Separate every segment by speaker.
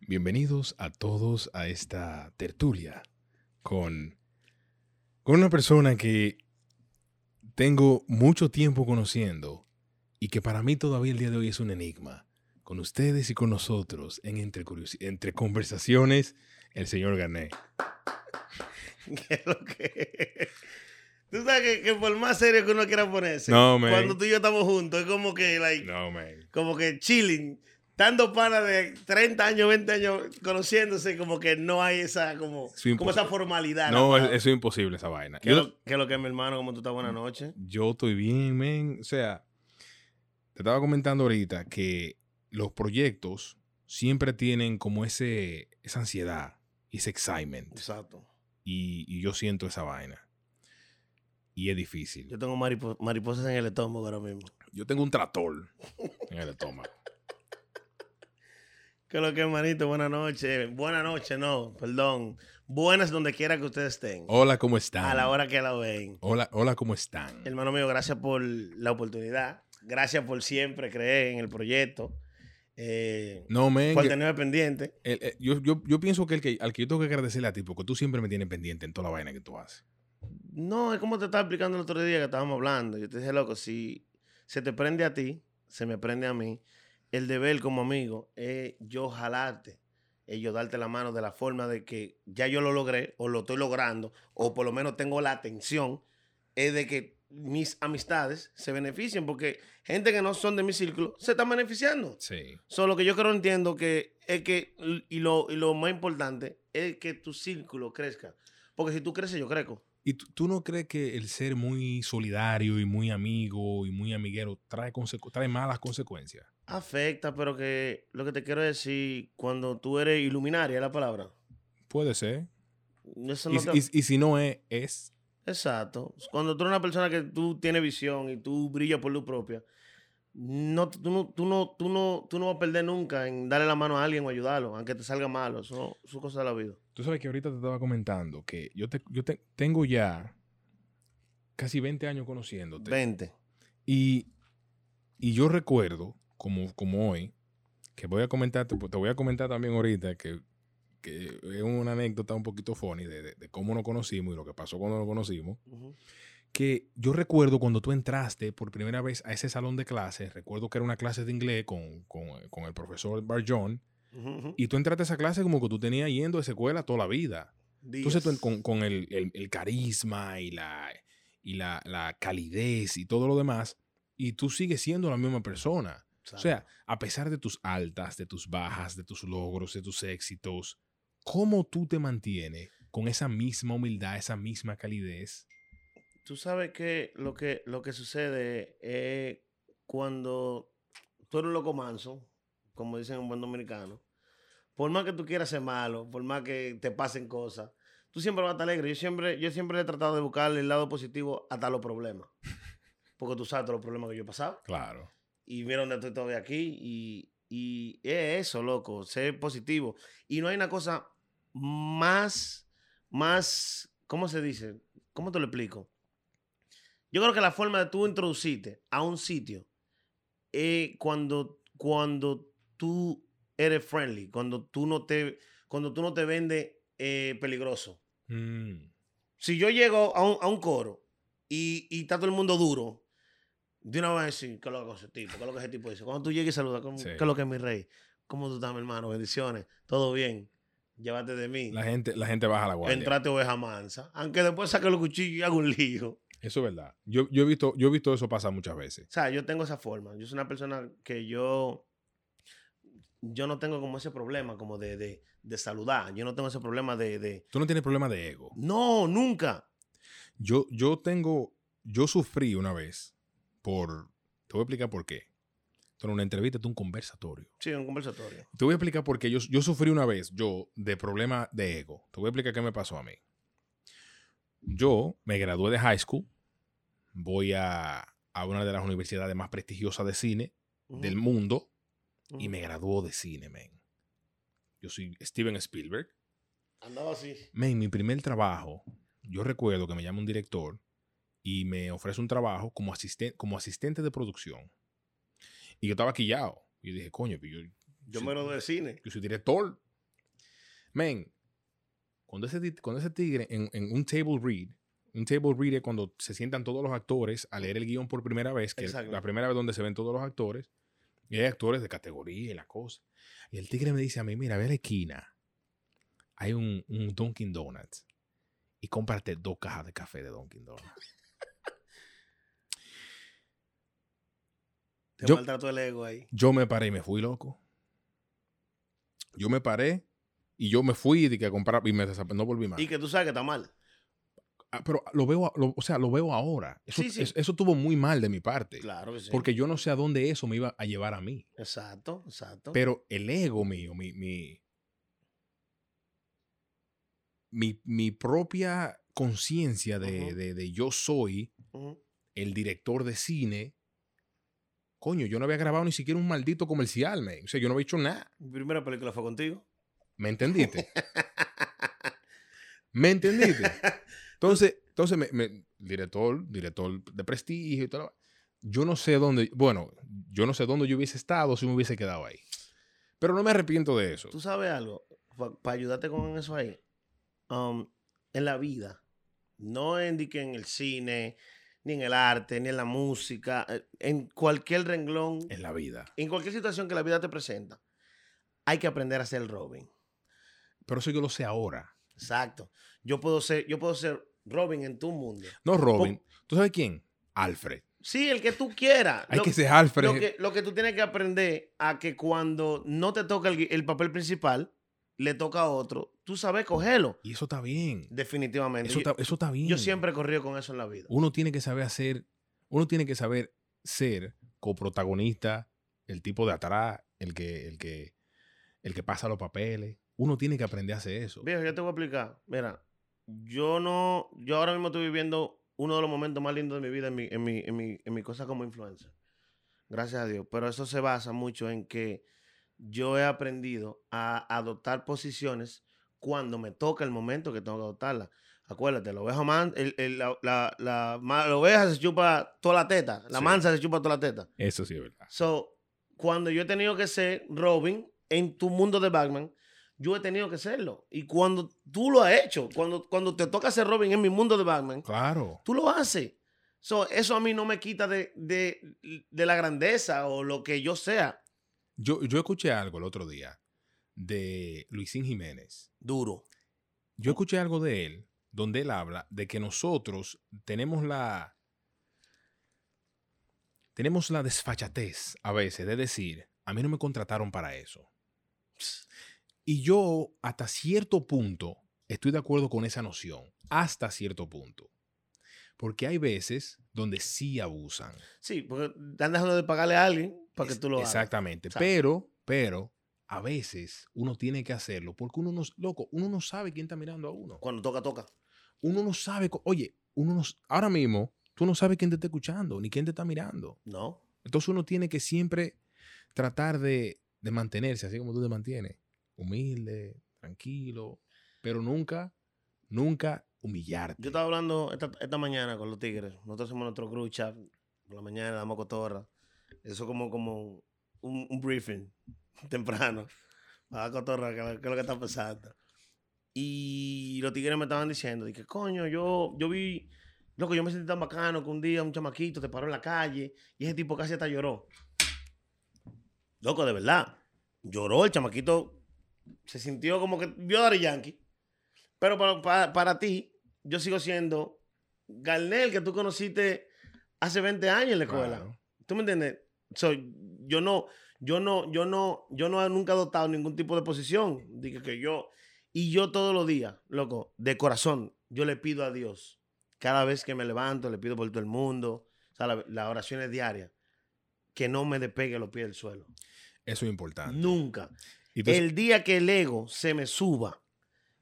Speaker 1: Bienvenidos a todos a esta tertulia con, con una persona que tengo mucho tiempo conociendo y que para mí todavía el día de hoy es un enigma. Con ustedes y con nosotros en Entre, Curios- entre Conversaciones, el señor Garnet.
Speaker 2: ¿Qué es lo que Tú sabes que, que por más serio que uno quiera ponerse,
Speaker 1: No, man.
Speaker 2: cuando tú y yo estamos juntos, es como que, like,
Speaker 1: No, man.
Speaker 2: como que chilling. Tanto para de 30 años, 20 años conociéndose, como que no hay esa, como,
Speaker 1: Sí,
Speaker 2: como esa
Speaker 1: imposible.
Speaker 2: formalidad.
Speaker 1: No,
Speaker 2: ¿no?
Speaker 1: es- eso es imposible esa vaina.
Speaker 2: ¿Qué, es
Speaker 1: Yo,
Speaker 2: lo, qué es lo que es, mi hermano? ¿Cómo tú estás? Buenas noches.
Speaker 1: yo estoy bien, men. O sea, te estaba comentando ahorita que los proyectos siempre tienen como ese, esa ansiedad y ese excitement.
Speaker 2: Exacto.
Speaker 1: Y, y yo siento esa vaina. Y es difícil.
Speaker 2: Yo tengo maripo- mariposas en el estómago ahora mismo.
Speaker 1: Yo tengo un trator en el estómago.
Speaker 2: ¿Qué es lo que es, manito? Buenas noches. Buenas noches, no, perdón. Buenas donde quiera que ustedes estén.
Speaker 1: Hola, ¿cómo están?
Speaker 2: A la hora que la ven.
Speaker 1: Hola, hola, ¿cómo están?
Speaker 2: Hermano mío, gracias por la oportunidad. Gracias por siempre creer en el proyecto. Eh,
Speaker 1: No, men.
Speaker 2: por
Speaker 1: que-
Speaker 2: tenerme pendiente.
Speaker 1: el- el- yo, yo- yo pienso que, el que al que yo tengo que agradecerle a ti, porque tú siempre me tienes pendiente en toda la vaina que tú haces.
Speaker 2: No, es como te estaba explicando el otro día que estábamos hablando. Yo te dije, loco, si se te prende a ti, se me prende a mí, el deber como amigo es yo jalarte, es yo darte la mano de la forma de que ya yo lo logré o lo estoy logrando o por lo menos tengo la atención, es de que mis amistades se beneficien porque gente que no son de mi círculo se están beneficiando.
Speaker 1: Sí.
Speaker 2: Solo que yo creo entiendo que es que, y lo, y lo más importante, es que tu círculo crezca. Porque si tú creces, yo crezco.
Speaker 1: ¿Y tú, tú no crees que el ser muy solidario y muy amigo y muy amiguero trae, consecu- trae malas consecuencias?
Speaker 2: Afecta, pero que lo que te quiero decir, cuando tú eres iluminaria, es la palabra.
Speaker 1: Puede ser.
Speaker 2: Eso
Speaker 1: Y,
Speaker 2: no te-
Speaker 1: y- y si no es, es.
Speaker 2: Exacto. Cuando tú eres una persona que tú tienes visión y tú brillas por luz propia, no, tú, no, tú, no, tú, no, tú no vas a perder nunca en darle la mano a alguien o ayudarlo, aunque te salga malo. Eso es cosa de la vida.
Speaker 1: Tú sabes que ahorita te estaba comentando que yo, te, yo te- tengo ya casi 20 años conociéndote.
Speaker 2: 20.
Speaker 1: Y, y yo recuerdo, como, como hoy, que voy a comentar, te te voy a comentar también ahorita que, que es una anécdota un poquito funny de, de- de cómo nos conocimos y lo que pasó cuando nos conocimos.
Speaker 2: Ujú.
Speaker 1: Que yo recuerdo cuando tú entraste por primera vez a ese salón de clases, recuerdo que era una clase de inglés con, con- con el profesor Barjon,
Speaker 2: Ujú, ujú.
Speaker 1: y tú entraste a esa clase como que tú tenías yendo a esa escuela toda la vida. Entonces tú en-
Speaker 2: Días.
Speaker 1: con, con el, el- el carisma y, la, y la, la calidez y todo lo demás, y tú sigues siendo la misma persona. O sea, a pesar de tus altas, de tus bajas, de tus logros, de tus éxitos, ¿cómo tú te mantienes con esa misma humildad, esa misma calidez?
Speaker 2: Tú sabes que lo que, lo que sucede es cuando tú eres un loco manso, como dicen un buen dominicano, por más que tú quieras ser malo, por más que te pasen cosas, tú siempre vas a estar alegre. Yo siempre, yo siempre he tratado de buscar el lado positivo hasta los problemas. Porque tú sabes todos los problemas que yo he pasado.
Speaker 1: Claro.
Speaker 2: Y mira dónde estoy todavía aquí. Y, y es eso, loco, ser positivo. Y no hay una cosa más, más, ¿cómo se dice? ¿Cómo te lo explico? Yo creo que la forma de tú introducirte a un sitio es cuando, cuando tú eres friendly, cuando tú no te, cuando tú no te vendes eh, peligroso.
Speaker 1: Mm,
Speaker 2: Si yo llego a un, a un coro y, y está todo el mundo duro, de una vez decir, ¿qué es lo que con ese tipo? ¿Qué es lo que ese tipo dice? Cuando tú llegues y saludas, ¿cómo-
Speaker 1: Sí.
Speaker 2: ¿qué es lo que es mi rey? ¿Cómo tú estás, mi hermano? Bendiciones, todo bien, llévate de mí.
Speaker 1: la, gente, la gente baja la guardia.
Speaker 2: Entrate oveja mansa. Aunque después saque los cuchillos y haga un lío. O
Speaker 1: Eso es verdad. Yo, yo, he visto, yo he visto eso pasar muchas veces.
Speaker 2: sea, yo tengo esa forma. Yo soy una persona que yo. Yo no tengo como ese problema como de, de, de saludar. Yo no tengo ese problema de. de
Speaker 1: Tú no tienes problema de ego.
Speaker 2: no, nunca.
Speaker 1: Yo, yo tengo, yo sufrí una vez por, te voy a explicar por qué. Esto era una entrevista, esto era un conversatorio.
Speaker 2: Sí, un conversatorio.
Speaker 1: Te voy a explicar por qué yo, yo sufrí una vez, yo, de problema de ego. Te voy a explicar qué me pasó a mí. Yo me gradué de high school, voy a, a una de las universidades más prestigiosas de cine
Speaker 2: Ujú,
Speaker 1: del mundo y
Speaker 2: ujú.
Speaker 1: me graduó de cine, men. Yo soy Steven Spielberg.
Speaker 2: Andaba así.
Speaker 1: Men, mi primer trabajo, yo recuerdo que me llama un director y me ofrece un trabajo como, asisten- como asistente de producción. Y yo estaba quillado. Y dije, coño, pero yo,
Speaker 2: Yo
Speaker 1: Sí.
Speaker 2: me lo de cine.
Speaker 1: yo soy director. Men, cuando ese, ti- cuando ese tigre en, en un table read, un table read es cuando se sientan todos los actores a leer el guión por primera vez, que es
Speaker 2: Exacto.
Speaker 1: la primera vez donde se ven todos los actores, y hay actores de categoría y la cosa. Y el tigre me dice a mí, mira, ve a la esquina, hay un, un Dunkin' Donuts, y cómprate dos cajas de café de Dunkin' Donuts.
Speaker 2: Te
Speaker 1: Yo-
Speaker 2: maltrato el ego ahí.
Speaker 1: Yo me paré y me fui, loco. Yo me paré y yo me fui y, de que a comprar, y me desap- no volví más.
Speaker 2: Y que tú sabes que está mal.
Speaker 1: Ah, pero lo veo, a- lo- o sea, lo veo ahora. Eso,
Speaker 2: Sí, sí.
Speaker 1: es- eso estuvo muy mal de mi parte.
Speaker 2: Claro que sí.
Speaker 1: Porque yo no sé a dónde eso me iba a llevar a mí.
Speaker 2: Exacto, exacto.
Speaker 1: Pero el ego mío, mi, mi, mi, mi propia conciencia de,
Speaker 2: Ujú.
Speaker 1: de- de yo soy
Speaker 2: Ujú.
Speaker 1: el director de cine. Coño, yo no había grabado ni siquiera un maldito comercial, man. O sea, yo no había hecho nada.
Speaker 2: Mi primera película fue contigo.
Speaker 1: ¿Me entendiste? ¿Me entendiste? Entonces, entonces me- me- director, director de prestigio y toda la va- Yo no sé dónde, bueno, yo no sé dónde yo hubiese estado si me hubiese quedado ahí. Pero no me arrepiento de eso.
Speaker 2: Tú sabes algo, para ayudarte con eso ahí. um, en la vida, no en, di que en el cine, ni en el arte, ni en la música, eh, en cualquier renglón,
Speaker 1: En la vida.
Speaker 2: en cualquier situación que la vida te presenta, hay que aprender a ser el Robin.
Speaker 1: Pero eso yo lo sé ahora.
Speaker 2: Exacto. Yo puedo ser, yo puedo ser Robin en tu mundo.
Speaker 1: No Robin. ¿Tú sabes quién? Alfred.
Speaker 2: Sí, el que tú quieras.
Speaker 1: Hay
Speaker 2: Lo-
Speaker 1: que ser Alfred.
Speaker 2: lo que, lo que tú tienes que aprender a que cuando no te toca el, gui- el papel principal, le toca a otro, tú sabes cogerlo.
Speaker 1: Y eso está bien.
Speaker 2: Definitivamente.
Speaker 1: Eso
Speaker 2: Yo-
Speaker 1: está, eso está bien.
Speaker 2: Yo siempre he corrido con eso en la vida.
Speaker 1: Uno tiene que saber hacer, uno tiene que saber ser coprotagonista, el tipo de atrás, el que, el que, el que pasa los papeles. Uno tiene que aprender a hacer eso.
Speaker 2: Viejo, yo te voy a explicar. Mira, yo no, yo ahora mismo estoy viviendo uno de los momentos más lindos de mi vida en mi, en mi, en mi, en mi cosa como influencer. Gracias a Dios. Pero eso se basa mucho en que yo he aprendido a adoptar posiciones cuando me toca el momento que tengo que adoptarla. Acuérdate, la oveja man, el- el- la, la- la ma- la oveja se chupa toda la teta, la
Speaker 1: Sí.
Speaker 2: mansa se chupa toda la teta.
Speaker 1: Eso sí es verdad.
Speaker 2: So, cuando yo he tenido que ser Robin en tu mundo de Batman, yo he tenido que serlo. Y cuando tú lo has hecho, cuando, cuando te toca ser Robin en mi mundo de Batman,
Speaker 1: Claro.
Speaker 2: tú lo haces. So, eso a mí no me quita de, de, de la grandeza o lo que yo sea.
Speaker 1: Yo, yo escuché algo el otro día de Luisín Jiménez.
Speaker 2: Duro.
Speaker 1: Yo escuché algo de él donde él habla de que nosotros tenemos la tenemos la desfachatez a veces de decir, a mí no me contrataron para eso. Y yo hasta cierto punto estoy de acuerdo con esa noción, hasta cierto punto. Porque hay veces donde sí abusan.
Speaker 2: Sí, porque están dejando de pagarle a alguien para que
Speaker 1: Es-
Speaker 2: tú lo hagas.
Speaker 1: Exactamente.
Speaker 2: Exacto.
Speaker 1: Pero, pero, a veces uno tiene que hacerlo porque uno no, loco, uno no sabe quién está mirando a uno.
Speaker 2: Cuando toca, toca.
Speaker 1: Uno no sabe, co- oye, uno no, s- ahora mismo tú no sabes quién te está escuchando ni quién te está mirando.
Speaker 2: No.
Speaker 1: Entonces uno tiene que siempre tratar de, de mantenerse así como tú te mantienes. Humilde, tranquilo, pero nunca, nunca humillarte.
Speaker 2: Yo estaba hablando esta, esta mañana con los tigres. Nosotros hacemos nuestro group chat. Por la mañana damos cotorra. Eso como, como un, un briefing temprano. Para dar cotorra, que, es lo que está pasando. Y los tigres me estaban diciendo, dije, coño, yo, yo vi, loco, yo me sentí tan bacano que un día un chamaquito te paró en la calle y ese tipo casi hasta lloró. Loco, de verdad. Lloró, el chamaquito se sintió como que vio a Daddy Yankee. Pero para, para- para ti, yo sigo siendo Garnel, que tú conociste hace 20 años en la escuela.
Speaker 1: Claro.
Speaker 2: ¿Tú me entiendes? So, yo no, yo no, yo no, yo no he nunca adoptado ningún tipo de posición. Dije que yo, y yo todos los días, loco, de corazón, yo le pido a Dios. Cada vez que me levanto, le pido por todo el mundo. O sea, la, la oración es diaria. Que no me despegue los pies del suelo.
Speaker 1: Eso es importante.
Speaker 2: Nunca.
Speaker 1: Y tú-
Speaker 2: el día que el ego se me suba,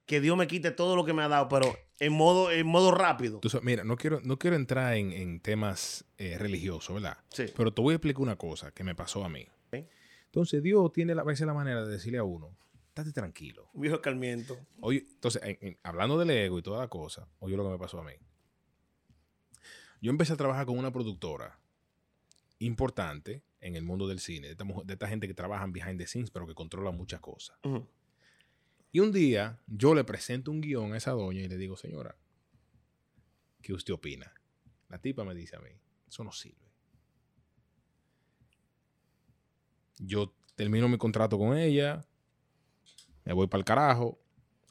Speaker 2: que Dios me quite todo lo que me ha dado, pero en modo, en modo rápido.
Speaker 1: tú sabes- mira, no quiero, no quiero entrar en, en temas eh, religiosos, ¿verdad?
Speaker 2: Sí.
Speaker 1: Pero te voy a explicar una cosa que me pasó a mí.
Speaker 2: Ok.
Speaker 1: Entonces Dios tiene la- a veces la manera de decirle a uno, estate tranquilo.
Speaker 2: Viejo Carmiento.
Speaker 1: Oye, entonces, en- en- hablando del ego y toda la cosa, oye lo que me pasó a mí. Yo empecé a trabajar con una productora importante en el mundo del cine, de esta, mujer- de esta gente que trabaja behind the scenes, pero que controla muchas cosas.
Speaker 2: Ujú.
Speaker 1: Y un día yo le presento un guión a esa doña y le digo, señora, ¿qué usted opina? La tipa me dice a mí, eso no sirve. Yo termino mi contrato con ella, me voy para el carajo.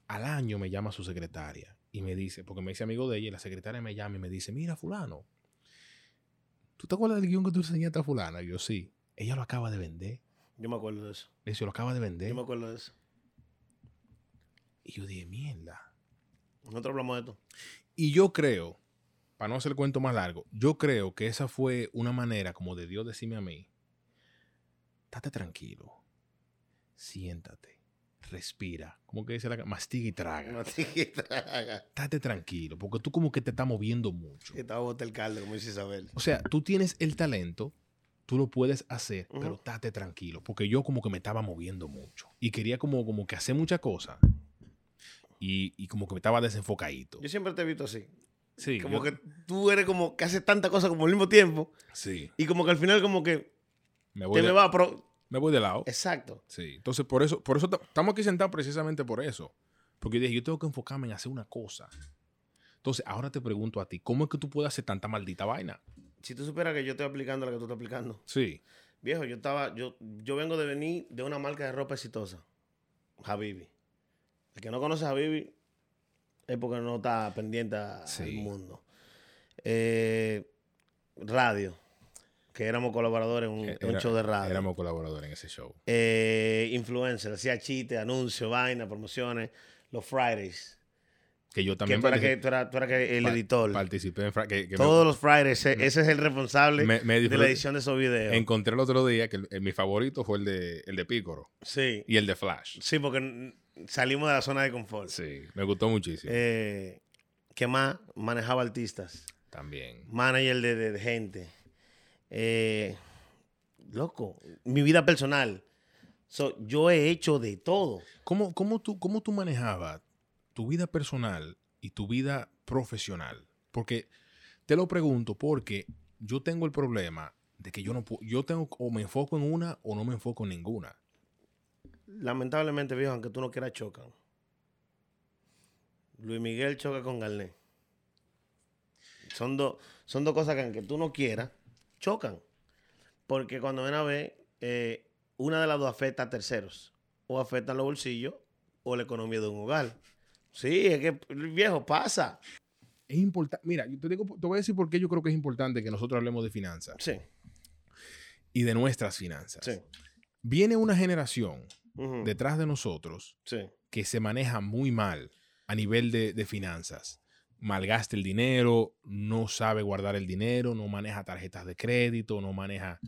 Speaker 1: Al año me llama su secretaria y me dice, porque me hice amigo de ella, y la secretaria me llama y me dice, mira, fulano, ¿tú te acuerdas del guión que tú enseñaste a fulana? Y yo sí, ella lo acaba de vender.
Speaker 2: Yo me acuerdo de eso.
Speaker 1: Le dice, lo acaba de vender.
Speaker 2: Yo me acuerdo de eso.
Speaker 1: Y yo dije, mierda.
Speaker 2: Nosotros hablamos de esto.
Speaker 1: Y yo creo, para no hacer el cuento más largo, yo creo que esa fue una manera como de Dios decirme a mí, estate tranquilo, siéntate, respira, como que dice la... ca- Mastiga y traga.
Speaker 2: No te quitas.
Speaker 1: Estate tranquilo, porque tú como que te estás moviendo mucho.
Speaker 2: Estaba bota el caldo, como dice Isabel.
Speaker 1: O sea, tú tienes el talento, tú lo puedes hacer,
Speaker 2: Ujú.
Speaker 1: pero estate tranquilo, porque yo como que me estaba moviendo mucho y quería como, como que hacer muchas cosas y, y como que me estaba desenfocadito.
Speaker 2: Yo siempre te he visto así.
Speaker 1: Sí,
Speaker 2: Como
Speaker 1: yo-
Speaker 2: que tú eres como que haces tantas cosas como al mismo tiempo.
Speaker 1: sí.
Speaker 2: Y como que al final, como que
Speaker 1: Me
Speaker 2: te
Speaker 1: voy,
Speaker 2: me
Speaker 1: de,
Speaker 2: va, pero.
Speaker 1: me voy de lado.
Speaker 2: Exacto.
Speaker 1: Sí, entonces por eso, por eso ta- estamos aquí sentados precisamente por eso. Porque yo dije, yo tengo que enfocarme en hacer una cosa. Entonces, ahora te pregunto a ti, ¿cómo es que tú puedes hacer tanta maldita vaina?
Speaker 2: Si tú supieras que yo estoy aplicando la que tú estás aplicando.
Speaker 1: Sí.
Speaker 2: Viejo, yo estaba, yo, yo vengo de venir de una marca de ropa exitosa, Habibi. El que no conoce a Habibi es porque no está pendiente a-
Speaker 1: Sí.
Speaker 2: al mundo. Eh, radio, que éramos colaboradores en un, en un
Speaker 1: Era-
Speaker 2: show de radio.
Speaker 1: Éramos colaboradores en ese show.
Speaker 2: Eh, influencer, hacía chistes, anuncios, vainas, promociones, los Fridays.
Speaker 1: Que yo
Speaker 2: Que
Speaker 1: también
Speaker 2: tú eras,
Speaker 1: participé-
Speaker 2: que, tú eras- tú eras que el
Speaker 1: pa-
Speaker 2: editor.
Speaker 1: participé en... fra- que- que me-
Speaker 2: Todos los Fridays, e- ese es el responsable
Speaker 1: me- me
Speaker 2: de la
Speaker 1: disfruté-
Speaker 2: edición de esos videos.
Speaker 1: Encontré el otro día que el- el- mi favorito fue el de, el de Pícoro
Speaker 2: sí.
Speaker 1: y el de Flash.
Speaker 2: Sí, porque n- salimos de la zona de confort.
Speaker 1: Sí, me gustó muchísimo.
Speaker 2: Eh, ¿Qué más? Manejaba artistas.
Speaker 1: también.
Speaker 2: Manager de, de- de gente. Eh, loco, mi vida personal. So, yo he hecho de todo.
Speaker 1: ¿Cómo, cómo, tú, ¿Cómo tú manejabas tu vida personal y tu vida profesional? Porque te lo pregunto porque yo tengo el problema de que yo no pu- yo tengo o me enfoco en una o no me enfoco en ninguna.
Speaker 2: Lamentablemente, viejo, aunque tú no quieras, chocan. Luis Miguel choca con Garnet. Son dos son dos cosas que aunque tú no quieras, chocan. Porque cuando ven a ver, eh, una de las dos afecta a terceros. O afecta a los bolsillos o la economía de un hogar. Sí, es que, viejo, pasa.
Speaker 1: Es importante, mira, yo te, digo, te voy a decir por qué yo creo que es importante que nosotros hablemos de finanzas
Speaker 2: Sí,
Speaker 1: y de nuestras finanzas.
Speaker 2: sí.
Speaker 1: Viene una generación
Speaker 2: ujú,
Speaker 1: detrás de nosotros
Speaker 2: sí.
Speaker 1: que se maneja muy mal a nivel de, de finanzas. Malgasta el dinero, no sabe guardar el dinero, no maneja tarjetas de crédito, no maneja.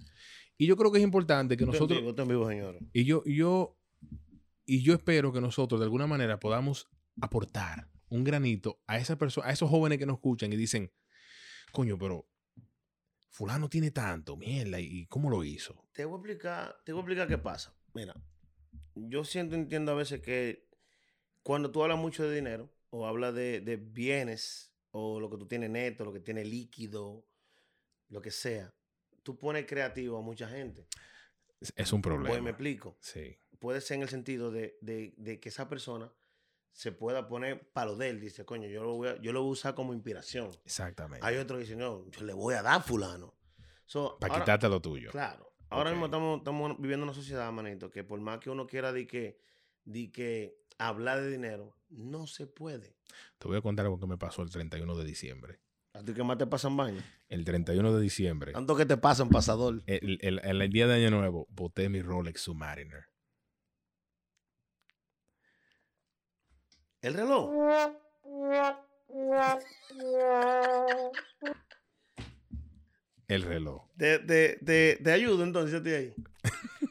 Speaker 1: Y yo creo que es importante que
Speaker 2: Nosotros...
Speaker 1: nosotros. Y yo, y yo, y yo espero que nosotros de alguna manera podamos aportar un granito a esa perso- a esos jóvenes que nos escuchan y dicen, coño, pero fulano tiene tanto, mierda, ¿y cómo lo hizo?
Speaker 2: Te voy a explicar, te voy a explicar qué pasa. Mira, yo siento, entiendo a veces que cuando tú hablas mucho de dinero o hablas de, de bienes o lo que tú tienes neto, lo que tienes líquido, lo que sea, tú pones creativo a mucha gente.
Speaker 1: Es, es un
Speaker 2: Pues me
Speaker 1: problema.
Speaker 2: explico.
Speaker 1: Sí,
Speaker 2: Puede ser en el sentido de, de- de que esa persona se pueda poner palo de él. Dice, coño, yo lo voy a, yo lo voy a usar como inspiración.
Speaker 1: exactamente.
Speaker 2: Hay otro que dice, no, yo le voy a dar fulano. So,
Speaker 1: Para
Speaker 2: ahora-
Speaker 1: quitarte lo tuyo.
Speaker 2: Claro. Ahora
Speaker 1: Ok.
Speaker 2: mismo estamos, estamos viviendo una sociedad, manito, que por más que uno quiera de que, di que hablar de dinero, no se puede.
Speaker 1: Te voy a contar algo que me pasó el 31 de diciembre.
Speaker 2: A ti que más te pasan baño.
Speaker 1: El 31 de diciembre,
Speaker 2: Tanto que te pasan pasador.
Speaker 1: el, el- el- el día de Año Nuevo, boté mi Rolex Submariner.
Speaker 2: El reloj.
Speaker 1: El reloj.
Speaker 2: Te, te, te, te ayudo entonces, yo estoy ahí.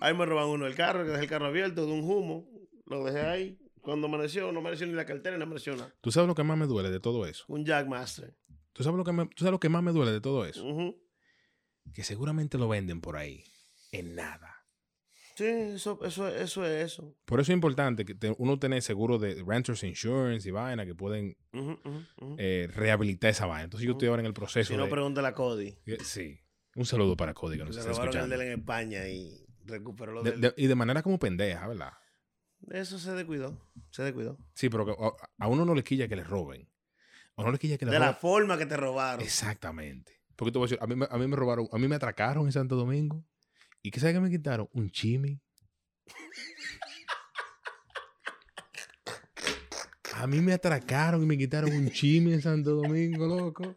Speaker 2: Ahí me roban uno el carro, que dejé el carro abierto de un humo. Lo dejé ahí. Cuando amaneció, no amaneció ni la cartera, no amaneció nada.
Speaker 1: ¿Tú sabes lo que más me duele de todo eso?
Speaker 2: Un Jackmaster.
Speaker 1: ¿Tú sabes lo que, me- tú sabes lo que más me duele de todo eso?
Speaker 2: Ujú. Mm.
Speaker 1: Que seguramente lo venden por ahí en nada.
Speaker 2: Sí, eso, eso, eso es eso.
Speaker 1: Por eso es importante que te- uno tener seguro de renters insurance y vaina que pueden
Speaker 2: Ujú, ujú, ujú.
Speaker 1: eh, rehabilitar esa vaina. Entonces yo estoy ahora en el proceso.
Speaker 2: Mm. si no,
Speaker 1: de-
Speaker 2: pregúntale a Cody.
Speaker 1: Eh, sí. Un saludo para Cody que nos
Speaker 2: Le
Speaker 1: está
Speaker 2: robaron el
Speaker 1: escuchando.
Speaker 2: de él en España y recuperó lo
Speaker 1: De-
Speaker 2: del-
Speaker 1: de- y de manera como pendeja, ¿verdad?
Speaker 2: Eso se descuidó. Se descuidó.
Speaker 1: Sí, pero que- a, a uno no le quilla que le roben. A uno le quilla que le
Speaker 2: De la
Speaker 1: roben.
Speaker 2: forma que te robaron.
Speaker 1: Exactamente. Porque te voy a decir, a mí, me- a mí me robaron, a mí me atracaron en Santo Domingo. ¿Y qué sabes que me quitaron? Un chimi. A mí me atracaron y me quitaron un chimi en Santo Domingo, loco.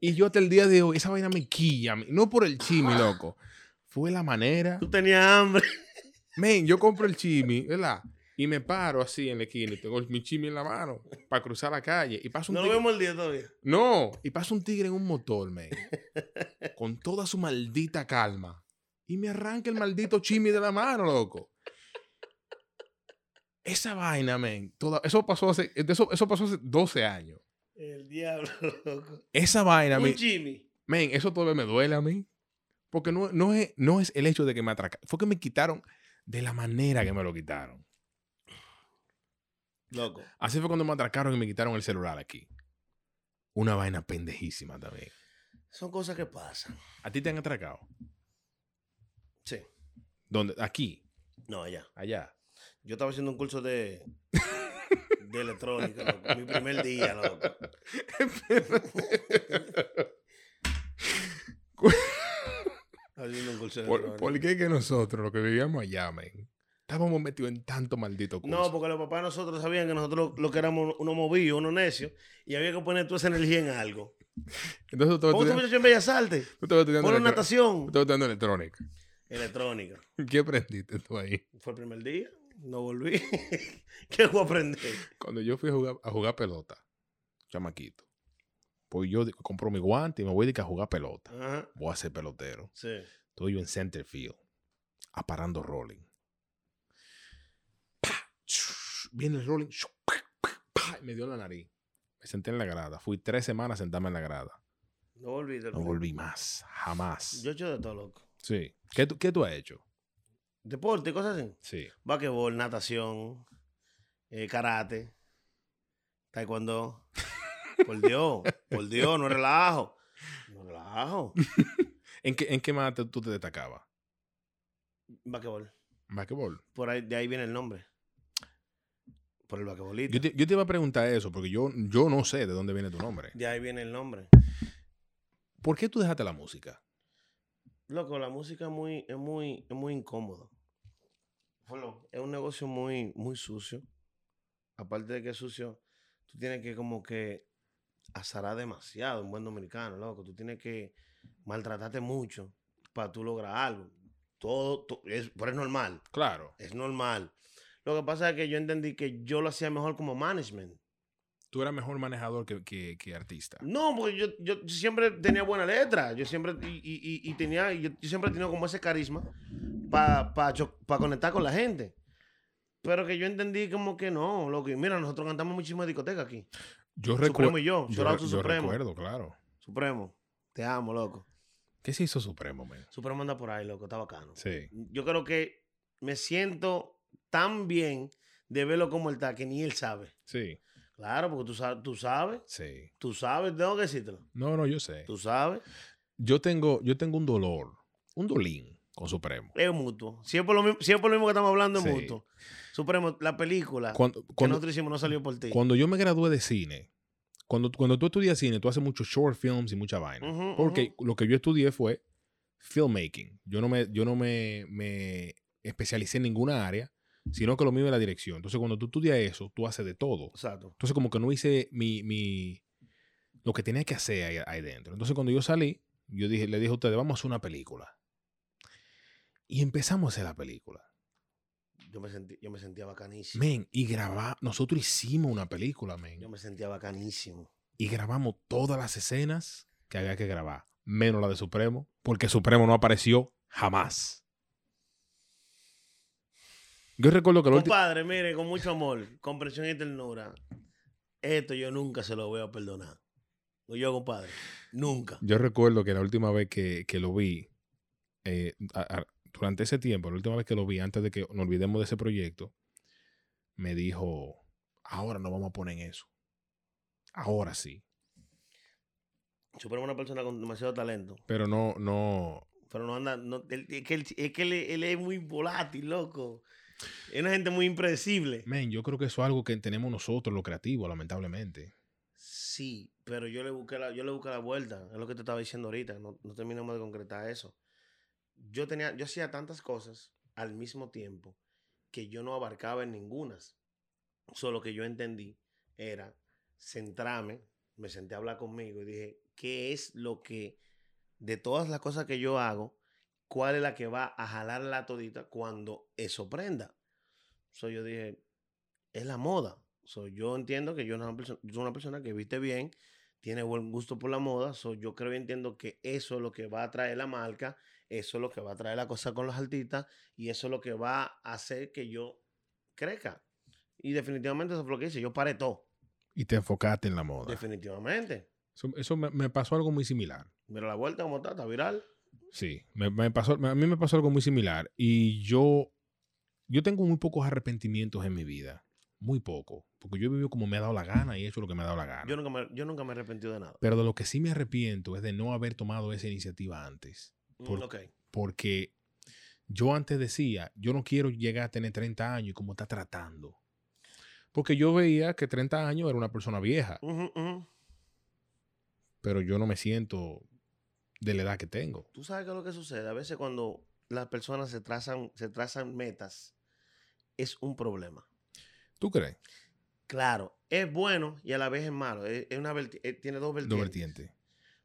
Speaker 1: Y yo hasta el día de hoy, esa vaina me quilla. a mí. No por el chimi, loco. Fue la manera.
Speaker 2: Tú tenías hambre.
Speaker 1: Men, yo compro el chimi, ¿verdad? Y me paro así en la esquina y tengo mi chimi en la mano para cruzar la calle. Y paso un
Speaker 2: No lo
Speaker 1: tigre-
Speaker 2: vemos el día todavía.
Speaker 1: no, y pasa un tigre en un motor, men. con toda su maldita calma. Y me arranca el maldito chimi de la mano, loco. Esa vaina, men. toda- eso, pasó hace, de eso, eso pasó hace 12 años.
Speaker 2: El diablo, loco.
Speaker 1: Esa vaina,
Speaker 2: Un
Speaker 1: men.
Speaker 2: Jimmy.
Speaker 1: men, eso todavía me duele a mí. Porque no, no, es, no es el hecho de que me atracaron. Fue que me quitaron de la manera que me lo quitaron.
Speaker 2: Loco.
Speaker 1: Así fue cuando me atracaron y me quitaron el celular aquí. Una vaina pendejísima también.
Speaker 2: Son cosas que pasan.
Speaker 1: ¿A ti te han atracado?
Speaker 2: Sí.
Speaker 1: ¿Dónde? Aquí,
Speaker 2: No, ya.
Speaker 1: allá.
Speaker 2: Yo estaba haciendo un curso de, de electrónica, loco. Mi primer día, loco. Estaba haciendo un curso de
Speaker 1: ¿Por,
Speaker 2: electrónica.
Speaker 1: por qué que nosotros, los que vivíamos allá, men, estábamos metidos en tanto maldito curso?
Speaker 2: No, porque los papás de nosotros sabían que nosotros lo que éramos unos movidos, unos necios, y había que poner toda esa energía en algo.
Speaker 1: Entonces tú
Speaker 2: Pongo
Speaker 1: estabas
Speaker 2: un
Speaker 1: estudiando,
Speaker 2: muchacho en Bellas Artes,
Speaker 1: tú estabas estudiando
Speaker 2: ponlo
Speaker 1: electro- tú
Speaker 2: en natación.
Speaker 1: estabas estudiando electrónica.
Speaker 2: Electrónica.
Speaker 1: ¿Qué aprendiste tú ahí?
Speaker 2: Fue el primer día, no volví. ¿Qué voy a aprender?
Speaker 1: Cuando yo fui a jugar, a jugar pelota, chamaquito, pues yo de- compro mi guante y me voy de que a jugar pelota.
Speaker 2: Ajá,
Speaker 1: Voy a ser pelotero.
Speaker 2: sí.
Speaker 1: Estoy yo en center field, aparando rolling. Pa, shh, Viene el rolling, shh, pa, pa, pa, y me dio en la nariz. Me senté en la grada. Fui tres semanas a sentarme en la grada.
Speaker 2: No volví. del-
Speaker 1: No volví más, jamás.
Speaker 2: Yo he hecho de todo, loco.
Speaker 1: Sí. ¿Qué tú, qué tú has hecho?
Speaker 2: Deporte y cosas así.
Speaker 1: Sí.
Speaker 2: Basquetbol, natación, eh, karate, taekwondo. Por Dios, por Dios, no relajo. No relajo.
Speaker 1: ¿En qué, en qué más te- tú te destacabas?
Speaker 2: Basquetbol.
Speaker 1: Basquetbol.
Speaker 2: Por ahí, de ahí viene el nombre. Por el basquetbolista.
Speaker 1: Yo te, yo te iba a preguntar eso porque yo, yo no sé de dónde viene tu nombre.
Speaker 2: De ahí viene el nombre.
Speaker 1: ¿Por qué tú dejaste la música?
Speaker 2: Loco, la música es muy, es muy, es muy incómodo. Bueno, es un negocio muy, muy sucio. Aparte de que es sucio, tú tienes que como que azarar demasiado, un buen dominicano, loco. Tú tienes que maltratarte mucho para tú lograr algo. Todo, to- es, pero es normal,
Speaker 1: Claro.
Speaker 2: es normal. Lo que pasa es que yo entendí que yo lo hacía mejor como management.
Speaker 1: Tú eras mejor manejador que, que- que artista.
Speaker 2: No, porque yo, yo siempre tenía buena letra. Yo siempre, y, y- y- y tenía, yo, yo siempre he tenido como ese carisma para conectar con la gente. Pero que yo entendí como que no, loco. Y mira, nosotros cantamos muchísimas discotecas aquí.
Speaker 1: Yo,
Speaker 2: Supremo
Speaker 1: recuerdo.
Speaker 2: y yo.
Speaker 1: yo,
Speaker 2: Shout out
Speaker 1: re-
Speaker 2: to
Speaker 1: yo
Speaker 2: Supremo.
Speaker 1: recuerdo, claro.
Speaker 2: Supremo. Te amo, loco.
Speaker 1: ¿Qué se hizo Supremo, men?
Speaker 2: Supremo anda por ahí, loco. Está bacano.
Speaker 1: Sí.
Speaker 2: Yo creo que me siento tan bien de verlo como él está que ni él sabe.
Speaker 1: Sí,
Speaker 2: Claro, porque tú, sa- tú sabes,
Speaker 1: sí.
Speaker 2: tú sabes, tengo que decírtelo.
Speaker 1: No, no, yo sé.
Speaker 2: Tú sabes.
Speaker 1: Yo tengo, yo tengo un dolor, un dolín con Supremo.
Speaker 2: Es mutuo. Si es por lo mismo, si es por lo mismo que estamos hablando, es
Speaker 1: Sí.
Speaker 2: mutuo. Supremo, la película
Speaker 1: Cuando,
Speaker 2: que
Speaker 1: cuando,
Speaker 2: nosotros hicimos no salió por ti.
Speaker 1: cuando yo me gradué de cine, cuando, cuando tú estudias cine, tú haces muchos short films y mucha vaina.
Speaker 2: Ujú,
Speaker 1: porque lo que yo estudié fue filmmaking. Yo no me, yo no me, me especialicé en ninguna área, sino que lo mío es la dirección. Entonces, cuando tú estudias eso, tú haces de todo.
Speaker 2: Exacto.
Speaker 1: Entonces, como que no hice mi, mi- lo que tenía que hacer ahí, ahí dentro. Entonces, cuando yo salí, yo dije, le dije a ustedes, vamos a hacer una película. Y empezamos a hacer la película.
Speaker 2: Yo me, sentí, yo me sentía bacanísimo.
Speaker 1: Men, y grabamos, nosotros hicimos una película,
Speaker 2: Yo
Speaker 1: men.
Speaker 2: me sentía bacanísimo.
Speaker 1: Y grabamos todas las escenas que había que grabar, menos la de Supremo, porque Supremo no apareció jamás. Yo recuerdo que la última...
Speaker 2: Compadre, mire, con mucho amor, comprensión y ternura, esto yo nunca se lo voy a perdonar. No yo, compadre. Nunca.
Speaker 1: Yo recuerdo que la última vez que, que lo vi, eh, a- a- durante ese tiempo, la última vez que lo vi, antes de que nos olvidemos de ese proyecto, me dijo, ahora no vamos a poner en eso. Ahora sí.
Speaker 2: Supremo es una persona con demasiado talento.
Speaker 1: Pero no, no,
Speaker 2: Pero no anda. no- él- es que, él, es, que él- él es muy volátil, loco. Es una gente muy impredecible.
Speaker 1: Men, yo creo que eso es algo que tenemos nosotros, los creativos, lamentablemente.
Speaker 2: Sí, pero yo le busqué la, yo le busqué la vuelta. Es lo que te estaba diciendo ahorita. No, no terminamos de concretar eso. Yo tenía, yo hacía tantas cosas al mismo tiempo que yo no abarcaba en ningunas. Solo que yo entendí era centrarme, me senté a hablar conmigo y dije, ¿qué es lo que de todas las cosas que yo hago, cuál es la que va a jalar la todita cuando eso prenda? So, yo dije, es la moda. So, yo entiendo que yo, no- yo soy una persona que viste bien, tiene buen gusto por la moda. So, yo creo y entiendo que eso es lo que va a traer la marca, eso es lo que va a traer la cosa con las altitas y eso es lo que va a hacer que yo crezca. Y definitivamente eso fue lo que hice. Yo paré todo.
Speaker 1: Y te enfocaste en la moda.
Speaker 2: Definitivamente.
Speaker 1: Eso, eso me, me pasó algo muy similar.
Speaker 2: Mira la vuelta como está, está viral.
Speaker 1: Sí, me, me pasó, a mí me pasó algo muy similar. Y yo, yo tengo muy pocos arrepentimientos en mi vida. Muy poco. Porque yo he vivido como me ha dado la gana y he hecho lo que me ha dado la gana.
Speaker 2: Yo nunca me, yo nunca me he arrepentido de nada.
Speaker 1: Pero de lo que sí me arrepiento es de no haber tomado esa iniciativa antes.
Speaker 2: Mm,
Speaker 1: Por-
Speaker 2: ok.
Speaker 1: Porque yo antes decía, yo no quiero llegar a tener 30 años y como está tratando. Porque yo veía que 30 años era una persona vieja,
Speaker 2: Ujú, ujú.
Speaker 1: pero yo no me siento de la edad que tengo.
Speaker 2: Tú sabes qué es lo que sucede. A veces cuando las personas se trazan, se trazan metas, es un problema.
Speaker 1: ¿Tú crees?
Speaker 2: Claro, es bueno y a la vez es malo. Es, es una verti- eh, tiene dos
Speaker 1: Dos
Speaker 2: vertientes.
Speaker 1: vertientes.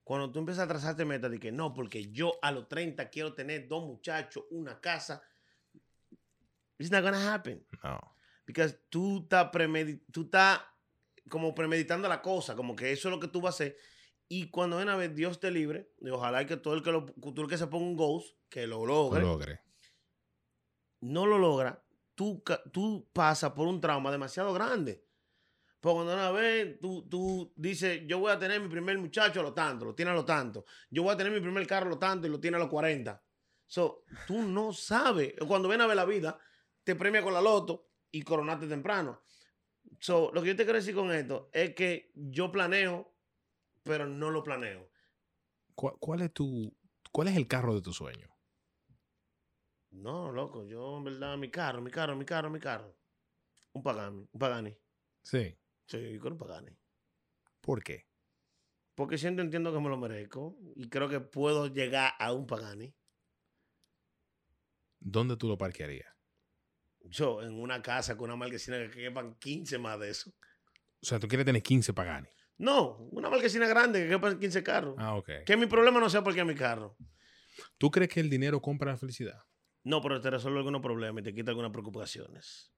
Speaker 2: Cuando tú empiezas a trazarte metas de que no, porque yo a los 30 quiero tener dos muchachos, una casa, it's not gonna happen.
Speaker 1: No.
Speaker 2: Because tú estás premedi- tú estás como premeditando la cosa, como que eso es lo que tú vas a hacer. Y cuando ven a ver, Dios te libre, y ojalá y que todo el que, lo, todo el que se ponga un ghost, que lo
Speaker 1: Lo
Speaker 2: logre,
Speaker 1: logré.
Speaker 2: no lo logra, tú, ca- tú pasas por un trauma demasiado grande. Porque cuando una vez tú, tú dices, yo voy a tener mi primer muchacho a lo tanto, lo tiene a lo tanto. Yo voy a tener mi primer carro a lo tanto y lo tiene a los 40. So, tú no sabes. Cuando ven a ver la vida, te premia con la loto y coronaste temprano. So, lo que yo te quiero decir con esto es que yo planeo, pero no lo planeo.
Speaker 1: ¿Cuál, cuál es tu, ¿Cuál es el carro de tu sueño?
Speaker 2: No, loco, yo en verdad, mi carro, mi carro, mi carro, mi carro. Un Pagani, un Pagani.
Speaker 1: Sí.
Speaker 2: Sí, con un Pagani.
Speaker 1: ¿Por qué?
Speaker 2: Porque siento, entiendo que me lo merezco y creo que puedo llegar a un Pagani.
Speaker 1: ¿Dónde tú lo parquearías?
Speaker 2: Yo en una casa con una marquesina que quepan 15 más de eso.
Speaker 1: O sea, tú quieres tener 15 Pagani.
Speaker 2: No, una marquesina grande que quepan 15 carros.
Speaker 1: Ah, ok.
Speaker 2: Que mi problema no sea porque es mi carro.
Speaker 1: ¿Tú crees que el dinero compra la felicidad?
Speaker 2: No, pero te resuelve algunos problemas y te quita algunas preocupaciones.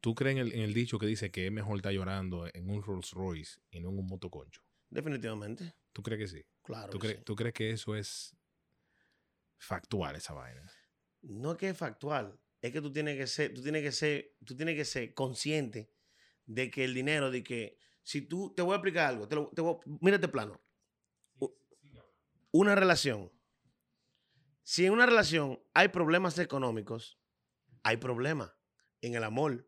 Speaker 1: ¿Tú crees en el, en el dicho que dice que es mejor estar llorando en un Rolls Royce y no en un motoconcho?
Speaker 2: Definitivamente.
Speaker 1: ¿Tú crees que sí?
Speaker 2: Claro.
Speaker 1: ¿Tú,
Speaker 2: que
Speaker 1: cre-
Speaker 2: sí.
Speaker 1: tú crees que eso es factual, esa vaina?
Speaker 2: No es que es factual. Es que tú tienes que ser, tú tienes que ser, tú tienes que ser consciente de que el dinero, de que si tú, te voy a explicar algo, te lo- te voy a- mírate plano. U- Una relación. Si en una relación hay problemas económicos, hay problemas en el amor.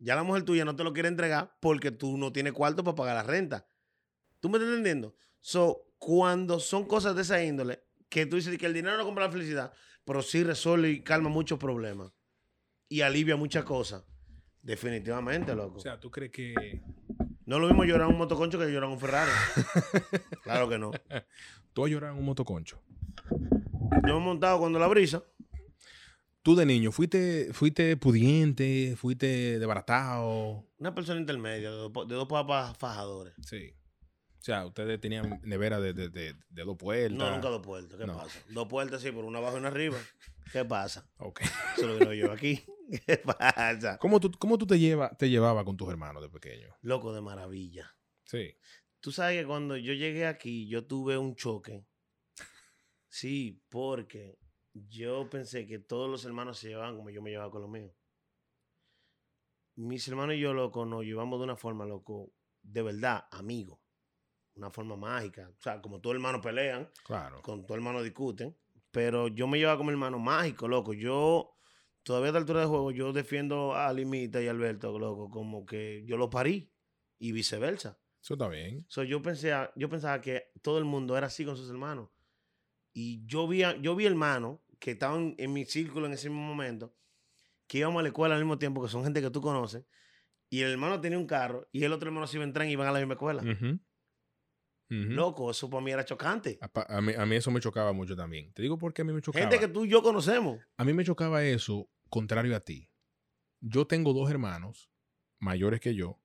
Speaker 2: Ya la mujer tuya no te lo quiere entregar porque tú no tienes cuarto para pagar la renta. ¿Tú me estás entendiendo? So, cuando son cosas de esa índole, que tú dices que el dinero no compra la felicidad, pero sí resuelve y calma muchos problemas. Y alivia muchas cosas. Definitivamente, loco.
Speaker 1: O sea, ¿tú crees que...
Speaker 2: no es lo mismo llorar un motoconcho que llorar un Ferrari. claro que no.
Speaker 1: Tú has llorado en un motoconcho.
Speaker 2: Yo me he montado cuando la brisa.
Speaker 1: Tú de niño, ¿fuiste, fuiste pudiente? ¿Fuiste desbaratado?
Speaker 2: Una persona intermedia, de dos, po- de dos papas fajadores.
Speaker 1: Sí. O sea, ustedes tenían nevera de, de- de- de dos puertas.
Speaker 2: No, nunca dos puertas. ¿Qué
Speaker 1: No.
Speaker 2: pasa? Dos puertas, sí, pero una abajo y una arriba. ¿Qué pasa?
Speaker 1: Ok.
Speaker 2: Eso lo digo yo aquí. ¿Qué pasa?
Speaker 1: ¿Cómo tú, cómo tú te, lleva, te llevabas con tus hermanos de pequeño?
Speaker 2: Loco de maravilla.
Speaker 1: Sí.
Speaker 2: Tú sabes que cuando yo llegué aquí, yo tuve un choque. Sí, porque yo pensé que todos los hermanos se llevaban como yo me llevaba con los míos. Mis hermanos y yo, loco, nos llevamos de una forma, loco, de verdad, amigo. Una forma mágica. O sea, como todos hermanos pelean,
Speaker 1: Claro.
Speaker 2: con tu hermano discuten, pero yo me llevaba como hermano mágico, loco. Yo, todavía a esta altura de juego, yo defiendo a Limita y Alberto, loco, como que yo lo parí y viceversa.
Speaker 1: Eso está bien.
Speaker 2: So, yo, pensé, a- yo pensaba que todo el mundo era así con sus hermanos. Y yo vi, a- yo vi hermanos que estaban en mi círculo en ese mismo momento que íbamos a la escuela al mismo tiempo, que son gente que tú conoces, y el hermano tenía un carro y el otro hermano se iba en tren y iban a la misma escuela.
Speaker 1: Ujú. Ujú.
Speaker 2: Loco, eso para mí era chocante.
Speaker 1: A, pa- a mí, a mí eso me chocaba mucho también. Te digo porque a mí me chocaba.
Speaker 2: Gente que tú y yo conocemos.
Speaker 1: A mí me chocaba eso, contrario a ti. Yo tengo dos hermanos mayores que yo,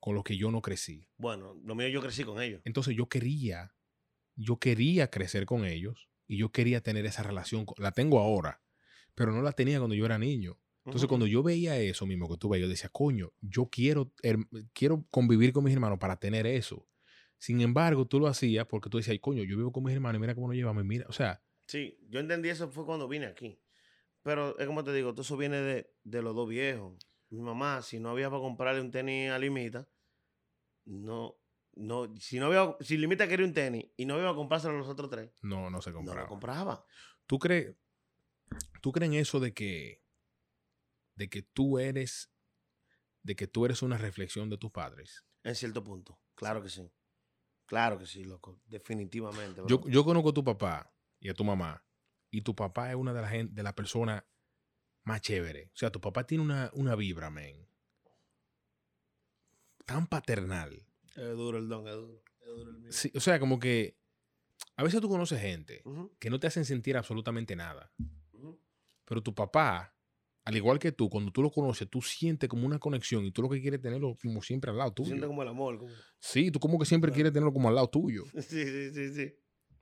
Speaker 1: con los que yo no crecí.
Speaker 2: Bueno, lo mío yo crecí con ellos.
Speaker 1: Entonces yo quería, yo quería crecer con ellos y yo quería tener esa relación. con- La tengo ahora, pero no la tenía cuando yo era niño. Entonces
Speaker 2: Ujú.
Speaker 1: cuando yo veía eso mismo que tú veías, yo decía, coño, yo quiero, her- quiero convivir con mis hermanos para tener eso. Sin embargo, tú lo hacías porque tú decías, "Ay, coño, yo vivo con mis hermanos y mira cómo nos llevamos. y Mira, o sea,
Speaker 2: Sí, yo entendí eso fue cuando vine aquí. Pero es como te digo, todo eso viene de, de los dos viejos. Mi mamá, si no había para comprarle un tenis a Limita, no, no, si no había, si Limita quería un tenis y no iba a comprárselo a los otros tres,
Speaker 1: no, no se
Speaker 2: no
Speaker 1: compraba.
Speaker 2: lo compraba.
Speaker 1: ¿Tú crees, tú crees en eso de que, de que tú eres, de que tú eres una reflexión de tus padres?
Speaker 2: En cierto punto, claro que sí. Claro que sí, loco, definitivamente.
Speaker 1: Yo,
Speaker 2: bro.
Speaker 1: yo conozco a tu papá y a tu mamá, y tu papá es una de las gen- de las personas más chévere. O sea, tu papá tiene una, una vibra, men, tan paternal.
Speaker 2: Es duro el don, es duro. Es duro el mío.
Speaker 1: Sí, o sea, como que a veces tú conoces gente
Speaker 2: Ujú,
Speaker 1: que no te hacen sentir absolutamente nada.
Speaker 2: ujú.
Speaker 1: Pero tu papá, al igual que tú, cuando tú lo conoces, tú sientes como una conexión y tú lo que quieres tenerlo como siempre al lado
Speaker 2: Tú sientes
Speaker 1: tuyo.
Speaker 2: como el amor. como-
Speaker 1: Sí, tú como que siempre
Speaker 2: Claro.
Speaker 1: quieres tenerlo como al lado tuyo.
Speaker 2: Sí, sí, sí, sí.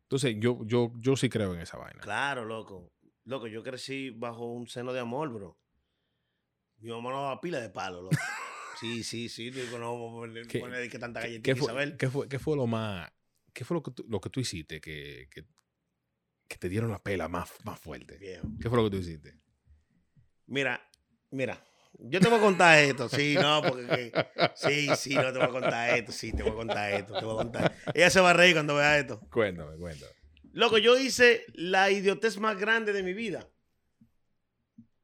Speaker 1: Entonces, yo, yo, yo sí creo en esa vaina.
Speaker 2: Claro, loco. Loco, yo crecí bajo un seno de amor, bro. Mi mamá no daba pila de palo, loco. Sí, sí, sí. Digo, no vamos a poner-
Speaker 1: ¿Qué-
Speaker 2: poner que tanta
Speaker 1: ¿Qué,
Speaker 2: galletita,
Speaker 1: qué fue,
Speaker 2: Isabel.
Speaker 1: qué fue- qué fue lo más... ¿Qué fue lo que tú, lo que tú hiciste que, que, que te dieron la pela más, más fuerte?
Speaker 2: Viejo.
Speaker 1: ¿Qué fue lo que tú hiciste?
Speaker 2: Mira, mira. Yo te voy a contar esto. Sí, no, porque... que- Sí, sí, no, te voy a contar esto. Sí, te voy a contar esto. Te voy a contar. Ella se va a reír cuando vea esto.
Speaker 1: Cuéntame, cuéntame.
Speaker 2: Loco, yo hice la idiotez más grande de mi vida.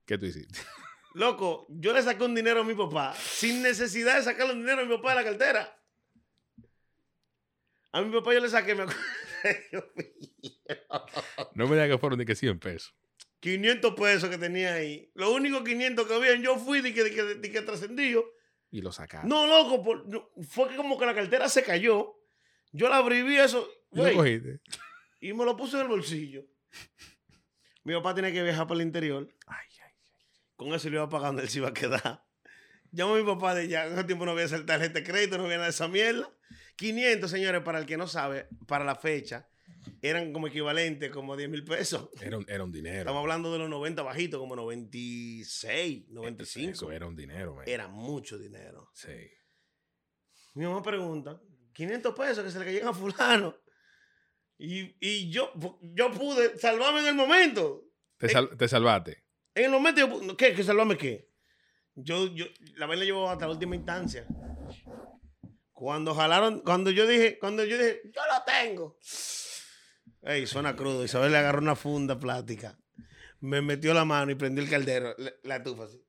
Speaker 1: ¿Qué tú hiciste?
Speaker 2: Loco, yo le saqué un dinero a mi papá sin necesidad de sacarle un dinero a mi papá de la cartera. A mi papá yo le saqué, me acuerdo,
Speaker 1: No me digas que fueron de que 100 pesos.
Speaker 2: 500 pesos que tenía ahí. Los únicos 500 que habían, yo fui de que, de que, de que trascendí yo.
Speaker 1: Y lo sacaron.
Speaker 2: No, loco, por- no, fue que como que la cartera se cayó. Yo la abrí vi eso
Speaker 1: ¿Y lo
Speaker 2: güey,
Speaker 1: cogiste?
Speaker 2: y me lo puse en el bolsillo. Mi papá tenía que viajar para el interior.
Speaker 1: Ay, ay.
Speaker 2: Con eso le iba pagando, él se iba a quedar. Llamo a mi papá de ya, en ese tiempo no voy a hacer tarjeta de crédito, no voy a nada de esa mierda. 500, señores, para el que no sabe, para la fecha, eran como equivalente, como 10 mil pesos.
Speaker 1: Era un, era un dinero.
Speaker 2: Estamos hablando de los 90 bajitos, como 96, 95.
Speaker 1: Eso era un dinero, man.
Speaker 2: Era mucho dinero.
Speaker 1: Sí.
Speaker 2: Mi mamá pregunta, 500 pesos que se le cayeron a fulano. Y, y yo, yo pude salvarme en el momento.
Speaker 1: Te, sal- te salvaste.
Speaker 2: En el momento, yo, pu- ¿qué? ¿Que salvarme qué? Yo, yo, la vaina llevó hasta la última instancia. Cuando jalaron, cuando yo dije, cuando yo dije, yo lo tengo. Ey, suena crudo. Isabel le agarró una funda plástica. Me metió la mano y prendió el caldero, la, la tufa así.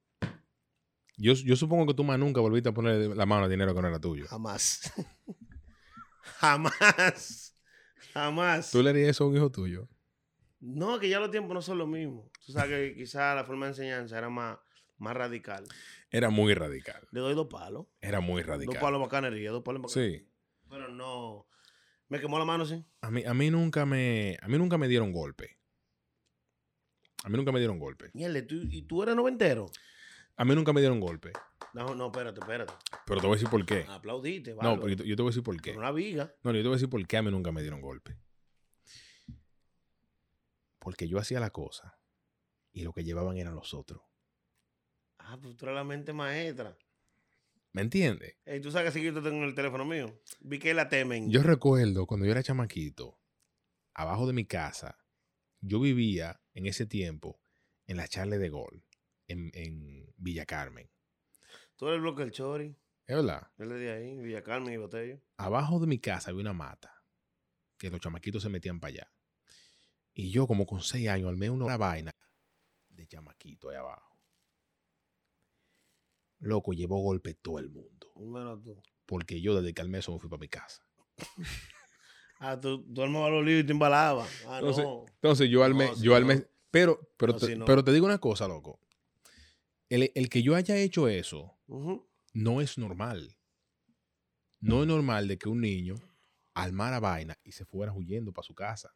Speaker 1: Yo, yo supongo que tú más nunca volviste a poner la mano al dinero que no era tuyo.
Speaker 2: Jamás. Jamás. Jamás.
Speaker 1: ¿Tú le harías eso a un hijo tuyo?
Speaker 2: No, que ya los tiempos no son los mismos. Tú sabes que quizás la forma de enseñanza era más, más radical.
Speaker 1: Era muy radical.
Speaker 2: Le doy dos palos.
Speaker 1: Era muy radical.
Speaker 2: Dos palos bacanería, dos palos bacanería.
Speaker 1: Sí.
Speaker 2: Pero no. Me quemó la mano, sí.
Speaker 1: A mí, a mí nunca me a mí nunca me dieron golpe. A mí nunca me dieron golpe.
Speaker 2: Mierda, ¿tú, ¿y tú eres noventero?
Speaker 1: A mí nunca me dieron golpe.
Speaker 2: No, no, espérate, espérate.
Speaker 1: Pero te voy a decir por qué.
Speaker 2: Aplaudiste,
Speaker 1: No,
Speaker 2: bárbaro.
Speaker 1: Ah, pero yo, te- yo te voy a decir por qué.
Speaker 2: Con una viga.
Speaker 1: No, no, yo te voy a decir por qué a mí nunca me dieron golpe. Porque yo hacía la cosa y lo que llevaban eran los otros.
Speaker 2: Ah, pues tú eres la mente maestra.
Speaker 1: ¿Me entiendes?
Speaker 2: Ey, tú sabes que sí que yo te tengo en el teléfono mío. Vi que la temen.
Speaker 1: Yo recuerdo cuando yo era chamaquito, abajo de mi casa, yo vivía en ese tiempo en la Charle de Gol, en, en Villa Carmen.
Speaker 2: Tú eres el bloque del Chori.
Speaker 1: ¿Es verdad?
Speaker 2: Yo le di ahí, Villa Carmen y Botello.
Speaker 1: abajo de mi casa había una mata que los chamaquitos se metían para allá. Y yo, como con seis años, armé una vaina de chamaquito ahí abajo. Loco, llevó golpe todo el mundo.
Speaker 2: Un menos tú.
Speaker 1: Porque yo, desde que armé eso, me fui para mi casa.
Speaker 2: Ah, tú, tú armabas los libros y te embalabas. Ah, no.
Speaker 1: Entonces, Entonces, yo armé,
Speaker 2: No, sí,
Speaker 1: yo armé.
Speaker 2: no.
Speaker 1: Pero, pero,
Speaker 2: No,
Speaker 1: te,
Speaker 2: sí, no.
Speaker 1: pero te digo una cosa, loco. el, el que yo haya hecho eso
Speaker 2: Ujú.
Speaker 1: no es normal. No es normal de que un niño almara vaina y se fuera huyendo para su casa.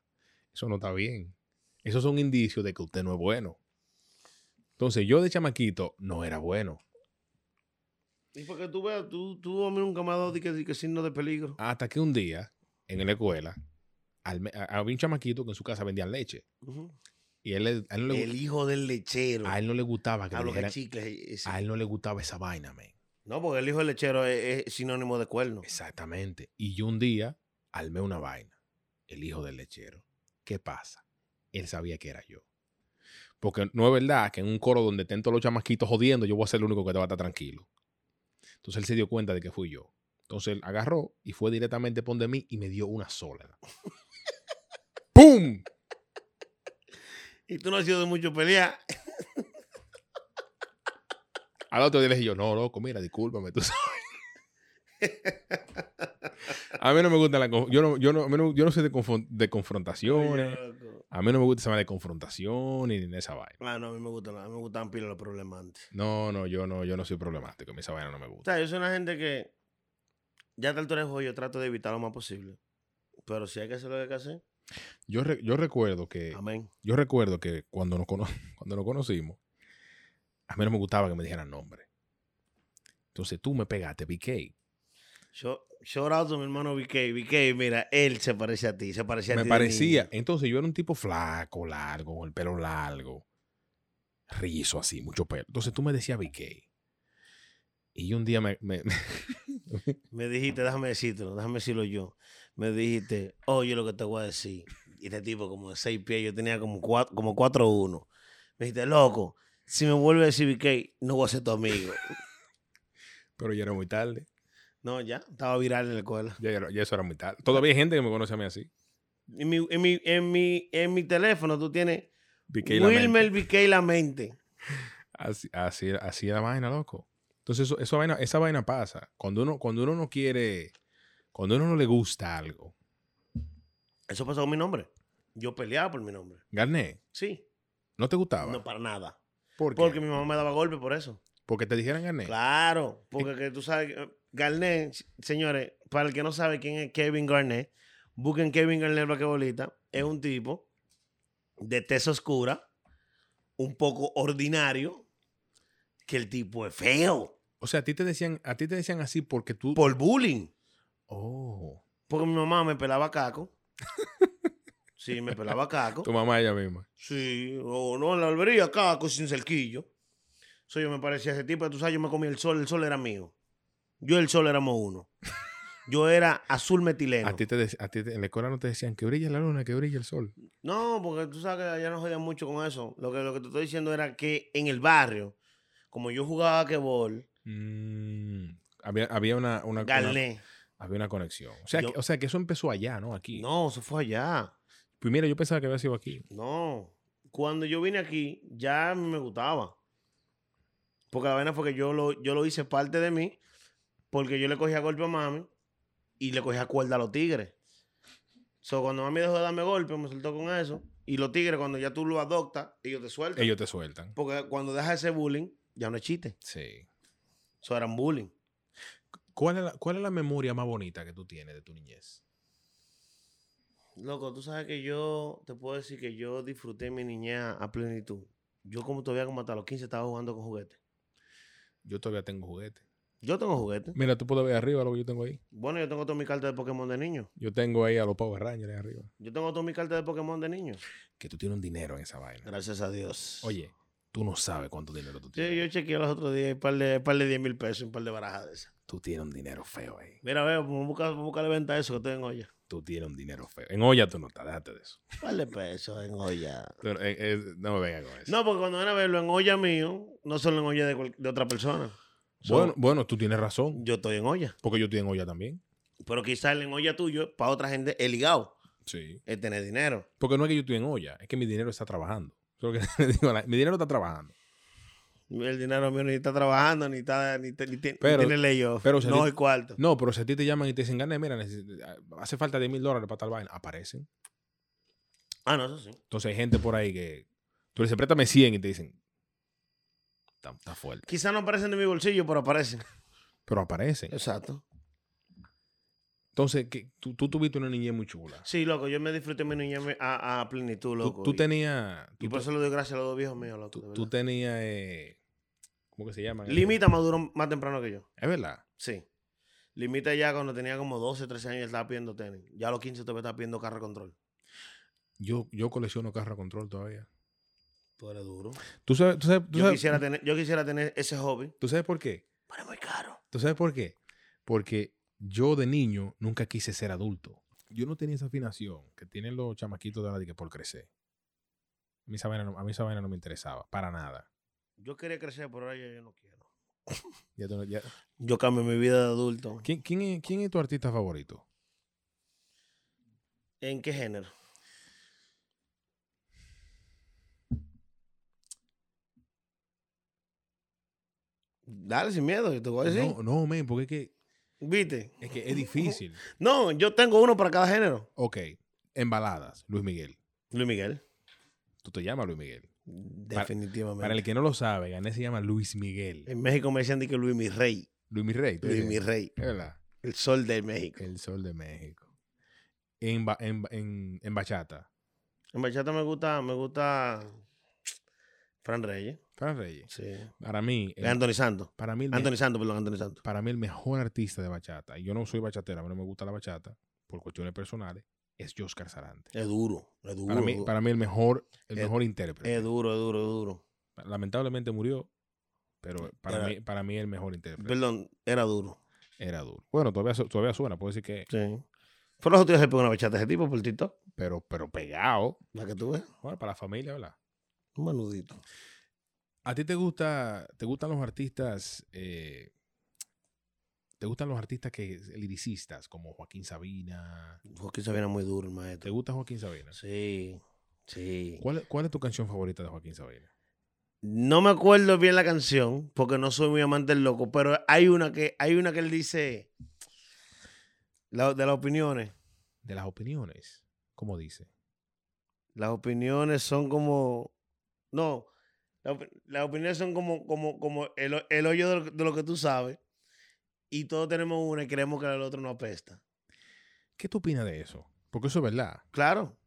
Speaker 1: Eso no está bien. Esos son indicios de que usted no es bueno. Entonces, yo de chamaquito no era bueno.
Speaker 2: Y porque tú veas, tú, tú a mí nunca me has dado di que, di que signo de peligro.
Speaker 1: Hasta que un día, en la escuela, al me- a- había un chamaquito que en su casa vendía leche.
Speaker 2: Ujú.
Speaker 1: Y él, le- a él no le,
Speaker 2: El hijo del lechero.
Speaker 1: a él no le gustaba que le
Speaker 2: Hablo que
Speaker 1: dijeran-
Speaker 2: chicles. ese.
Speaker 1: a él no le gustaba esa vaina, man.
Speaker 2: No, porque el hijo del lechero es, es sinónimo de cuerno.
Speaker 1: Exactamente. Y yo un día armé una vaina. El hijo del lechero. ¿Qué pasa? Él sabía que era yo. Porque no es verdad que en un coro donde estén todos los chamaquitos jodiendo, yo voy a ser el único que te va a estar tranquilo. Entonces él se dio cuenta de que fui yo. Entonces él agarró y fue directamente por de mí y me dio una sola. ¡Pum!
Speaker 2: Y tú no has sido de mucho pelear.
Speaker 1: Al otro día le dije yo, no, loco, mira, discúlpame, tú sabes. a mí no me gusta la... conf- Yo no, yo no, a mí no- yo no soy de, confron- de confrontaciones.
Speaker 2: Oye, loco.
Speaker 1: A mí no me gusta esa vaina de confrontación ni de esa vaina.
Speaker 2: Ah, no, a mí me gustan, a mí me gustaban pilas los problemantes.
Speaker 1: No, no, yo no, yo no soy problemático. A mí esa vaina no me
Speaker 2: O
Speaker 1: gusta.
Speaker 2: sea, yo soy una gente que ya tal tú eres yo trato de evitar lo más posible. Pero si hay que hacer lo que hay que hacer,
Speaker 1: Yo, re- yo recuerdo que,
Speaker 2: amén.
Speaker 1: yo recuerdo que cuando nos, cono- cuando nos conocimos, a mí no me gustaba que me dijeran nombre. Entonces tú me pegaste, BK.
Speaker 2: Yo, shout out a mi hermano VK. VK, mira, él se parece a ti, se parecía a ti.
Speaker 1: Me
Speaker 2: de
Speaker 1: parecía.
Speaker 2: niño.
Speaker 1: Entonces yo era un tipo flaco, largo, con el pelo largo, rizo así, mucho pelo. Entonces tú me decías BK. Y un día me, me-
Speaker 2: Me dijiste, déjame decírtelo, déjame decirlo yo. Me dijiste, oye lo que te voy a decir. Y este tipo como de seis pies, yo tenía como cuatro, como cuatro uno. Me dijiste, loco, si me vuelve a decir VK, no voy a ser tu amigo.
Speaker 1: pero ya era muy tarde.
Speaker 2: no, ya, estaba viral en la escuela.
Speaker 1: Ya, era- ya eso era muy tarde. Todavía hay gente que me conoce a mí así.
Speaker 2: En mi, en mi, en mi, en mi teléfono tú tienes
Speaker 1: BK la mente.
Speaker 2: Wilmer VK la mente.
Speaker 1: Así, así, así es la vaina, loco. Entonces, eso, eso vaina, esa vaina pasa. Cuando uno, cuando uno no quiere, cuando uno no le gusta algo.
Speaker 2: Eso pasó con mi nombre. Yo peleaba por mi nombre.
Speaker 1: Garnet,
Speaker 2: Sí,
Speaker 1: ¿no te gustaba?
Speaker 2: no para nada.
Speaker 1: ¿Por qué?
Speaker 2: Porque mi mamá me daba golpe por eso.
Speaker 1: Porque te dijeran Garnet.
Speaker 2: Claro, porque que tú sabes, que, eh, Garnet, s- señores, para el que no sabe quién es Kevin Garnet, busquen Kevin Garnet Vaquebolita. Es un tipo de tez oscura, un poco ordinario, que el tipo es feo,
Speaker 1: O sea, a ti te decían, a ti te decían así porque tú.
Speaker 2: por bullying.
Speaker 1: Oh.
Speaker 2: Porque mi mamá me pelaba caco. Sí, me pelaba caco.
Speaker 1: Tu mamá ella misma.
Speaker 2: Sí, o no, en la albería, caco, sin cerquillo. Soy yo me parecía a ese tipo, tú sabes, yo me comía el sol, el sol era mío. Yo y el sol éramos uno. Yo era azul metileno.
Speaker 1: A ti te, de- a ti te- en la escuela no te decían que brilla la luna, que brilla el sol.
Speaker 2: No, porque tú sabes que allá no jodían mucho con eso. Lo que, lo que te estoy diciendo era que en el barrio, como yo jugaba basquetbol,
Speaker 1: Mm, había, había una, una- una-
Speaker 2: Galné.
Speaker 1: había una conexión. O sea,
Speaker 2: Yo-
Speaker 1: que, o sea, que eso empezó allá, ¿no? Aquí.
Speaker 2: No, eso fue allá.
Speaker 1: Primero yo pensaba que había sido aquí.
Speaker 2: No. Cuando yo vine aquí, ya a mí me gustaba. Porque la vaina fue que yo lo, yo lo hice parte de mí, porque yo le cogía golpe a mami y le cogía cuerda a los tigres. So, cuando mami dejó de darme golpe, me soltó con eso. Y los tigres, cuando ya tú lo adoptas, ellos te sueltan.
Speaker 1: Ellos te sueltan.
Speaker 2: Porque cuando dejas ese bullying, ya no es chiste.
Speaker 1: Sí.
Speaker 2: Eso eran bullying.
Speaker 1: ¿Cuál es, la, ¿Cuál es la memoria más bonita que tú tienes de tu niñez?
Speaker 2: Loco, tú sabes que yo te puedo decir que yo disfruté mi niñez a plenitud. Yo, como todavía, como hasta los 15, estaba jugando con juguetes.
Speaker 1: Yo todavía tengo juguetes.
Speaker 2: Yo tengo juguetes.
Speaker 1: Mira, tú puedes ver arriba lo que yo tengo ahí.
Speaker 2: Bueno, yo tengo todas mis cartas de Pokémon de niño.
Speaker 1: Yo tengo ahí a los Power Rangers ahí arriba.
Speaker 2: Yo tengo todas mis cartas de Pokémon de niño.
Speaker 1: Que tú tienes un dinero en esa vaina.
Speaker 2: Gracias a Dios.
Speaker 1: Oye, tú no sabes cuánto dinero tú
Speaker 2: Sí, yo
Speaker 1: tienes.
Speaker 2: chequeé los otros días un par de, un par de 10 mil pesos, un par de barajas de esas.
Speaker 1: Tú tienes un dinero feo ahí.
Speaker 2: Mira, veo, vamos a buscar, vamos a buscarle venta a eso que estoy en olla.
Speaker 1: Tú tienes un dinero feo. En olla tú no estás, déjate de eso.
Speaker 2: Un par de pesos en olla.
Speaker 1: Tú no- eh, eh, no me vengas con eso.
Speaker 2: No, porque cuando van a verlo en olla mío, no solo en olla de, cual- de otra persona. So,
Speaker 1: bueno, bueno, tú tienes razón.
Speaker 2: Yo estoy en olla.
Speaker 1: Porque yo estoy en olla también.
Speaker 2: Pero quizás el en olla tuyo, para otra gente, el ligado,
Speaker 1: Sí.
Speaker 2: el tener dinero.
Speaker 1: Porque no es que yo estoy en olla, es que mi dinero está trabajando. Eso es lo que le digo a la- mi dinero está trabajando.
Speaker 2: El dinero mío ni está trabajando, ni está, ni, te- ni tiene- ni
Speaker 1: Pero-
Speaker 2: tiene layoff.
Speaker 1: pero se
Speaker 2: no
Speaker 1: di-
Speaker 2: hay cuarto.
Speaker 1: No, pero si a ti te llaman y te dicen, gane, mira, neces- hace falta 10 mil dólares para tal vaina, aparecen.
Speaker 2: Ah, no, eso sí.
Speaker 1: Entonces hay gente por ahí que tú le dices, préstame 100 y te dicen, Está, está fuerte.
Speaker 2: Quizás no aparecen de mi bolsillo, pero aparecen.
Speaker 1: Pero aparecen.
Speaker 2: Exacto.
Speaker 1: Entonces, que tú, tú tuviste una niñez muy chula.
Speaker 2: Sí, loco, yo me disfruté mi niñez a, a plenitud,
Speaker 1: Tú,
Speaker 2: loco.
Speaker 1: tú
Speaker 2: y-
Speaker 1: tenías.
Speaker 2: y,
Speaker 1: Tú,
Speaker 2: por eso le doy gracias a los dos viejos míos, loco.
Speaker 1: tú-
Speaker 2: de
Speaker 1: tú
Speaker 2: verdad.
Speaker 1: tenías. eh, ¿Cómo que se llama?
Speaker 2: Limita maduró más temprano que yo.
Speaker 1: Es verdad.
Speaker 2: Sí. Limita ya cuando tenía como 12, 13 años, ya estaba pidiendo tenis. Ya a los 15 todavía estaba pidiendo carro de control.
Speaker 1: Yo, yo colecciono carro a control todavía.
Speaker 2: Tú eres duro.
Speaker 1: ¿Tú sabes, tú sabes, tú
Speaker 2: Yo
Speaker 1: sabes-
Speaker 2: quisiera, tener, yo quisiera tener ese hobby,
Speaker 1: tú sabes por qué?
Speaker 2: pero es muy caro.
Speaker 1: ¿Tú sabes por qué? Porque yo de niño nunca quise ser adulto. Yo no tenía esa afinación que tienen los chamaquitos de ahora de que por crecer. A mí, esa vaina no, a mí esa vaina no me interesaba, para nada.
Speaker 2: Yo quería crecer, pero ahora ya yo no quiero.
Speaker 1: Ya tú no- ya-
Speaker 2: Yo cambio mi vida de adulto.
Speaker 1: ¿Quién, quién es, quién es tu artista favorito?
Speaker 2: ¿En qué género? Dale sin miedo, yo te voy a decir.
Speaker 1: No, no, men, porque es que,
Speaker 2: ¿Viste?
Speaker 1: es que es difícil.
Speaker 2: No, yo tengo uno para cada género.
Speaker 1: Ok, en baladas, Luis Miguel.
Speaker 2: Luis Miguel.
Speaker 1: Tú te llamas Luis Miguel.
Speaker 2: Definitivamente.
Speaker 1: Para el que no lo sabe, Gané se llama Luis Miguel.
Speaker 2: En México me decían de que Luis mi rey.
Speaker 1: Eh, Luis Miguel.
Speaker 2: Luis mi rey.
Speaker 1: Es verdad.
Speaker 2: El sol de México.
Speaker 1: El sol de México. En, ba- en, en, en bachata.
Speaker 2: En bachata me gusta, me gusta Fran Reyes.
Speaker 1: Fran Reyes.
Speaker 2: Sí.
Speaker 1: Para mí, el-
Speaker 2: Anthony Santos.
Speaker 1: para, mí Eh. el me-
Speaker 2: Anthony Santos, perdón, Anthony Santos.
Speaker 1: para mí el mejor artista de bachata, y yo no soy bachatera, a mí no me gusta la bachata, por cuestiones personales, es Oscar Sarante.
Speaker 2: Es duro, es duro.
Speaker 1: Para mí,
Speaker 2: duro.
Speaker 1: para mí el mejor, el
Speaker 2: Eh,
Speaker 1: mejor intérprete.
Speaker 2: Es duro, es duro, es duro.
Speaker 1: Lamentablemente murió, pero para,
Speaker 2: Era-
Speaker 1: mí, para mí el mejor intérprete
Speaker 2: Perdón, era duro.
Speaker 1: era duro. Bueno, todavía, su- todavía suena, puedo decir que,
Speaker 2: Sí. Por los otros días se pegó una bachata a ese tipo por TikTok.
Speaker 1: pero, pero pegado.
Speaker 2: La que tú ves.
Speaker 1: Bueno, para la familia, ¿verdad?
Speaker 2: Un manudito.
Speaker 1: ¿A ti te gusta, te gustan los artistas, eh, te gustan los artistas que liricistas como Joaquín Sabina?
Speaker 2: Joaquín Sabina muy duro, el
Speaker 1: ¿Te
Speaker 2: maestro.
Speaker 1: gusta Joaquín Sabina?
Speaker 2: Sí, sí.
Speaker 1: ¿Cuál, cuál es tu canción favorita de Joaquín Sabina?
Speaker 2: No me acuerdo bien la canción, porque no soy muy amante del loco, pero hay una que, hay una que él dice la- de las opiniones.
Speaker 1: De las opiniones, como dice.
Speaker 2: Las opiniones son como. No. la opi- las opiniones son como, como, como el, ho- el hoyo de lo, de lo que tú sabes. Y todos tenemos una y creemos que el otro no apesta.
Speaker 1: ¿Qué tú opinas de eso? Porque eso es verdad.
Speaker 2: Claro.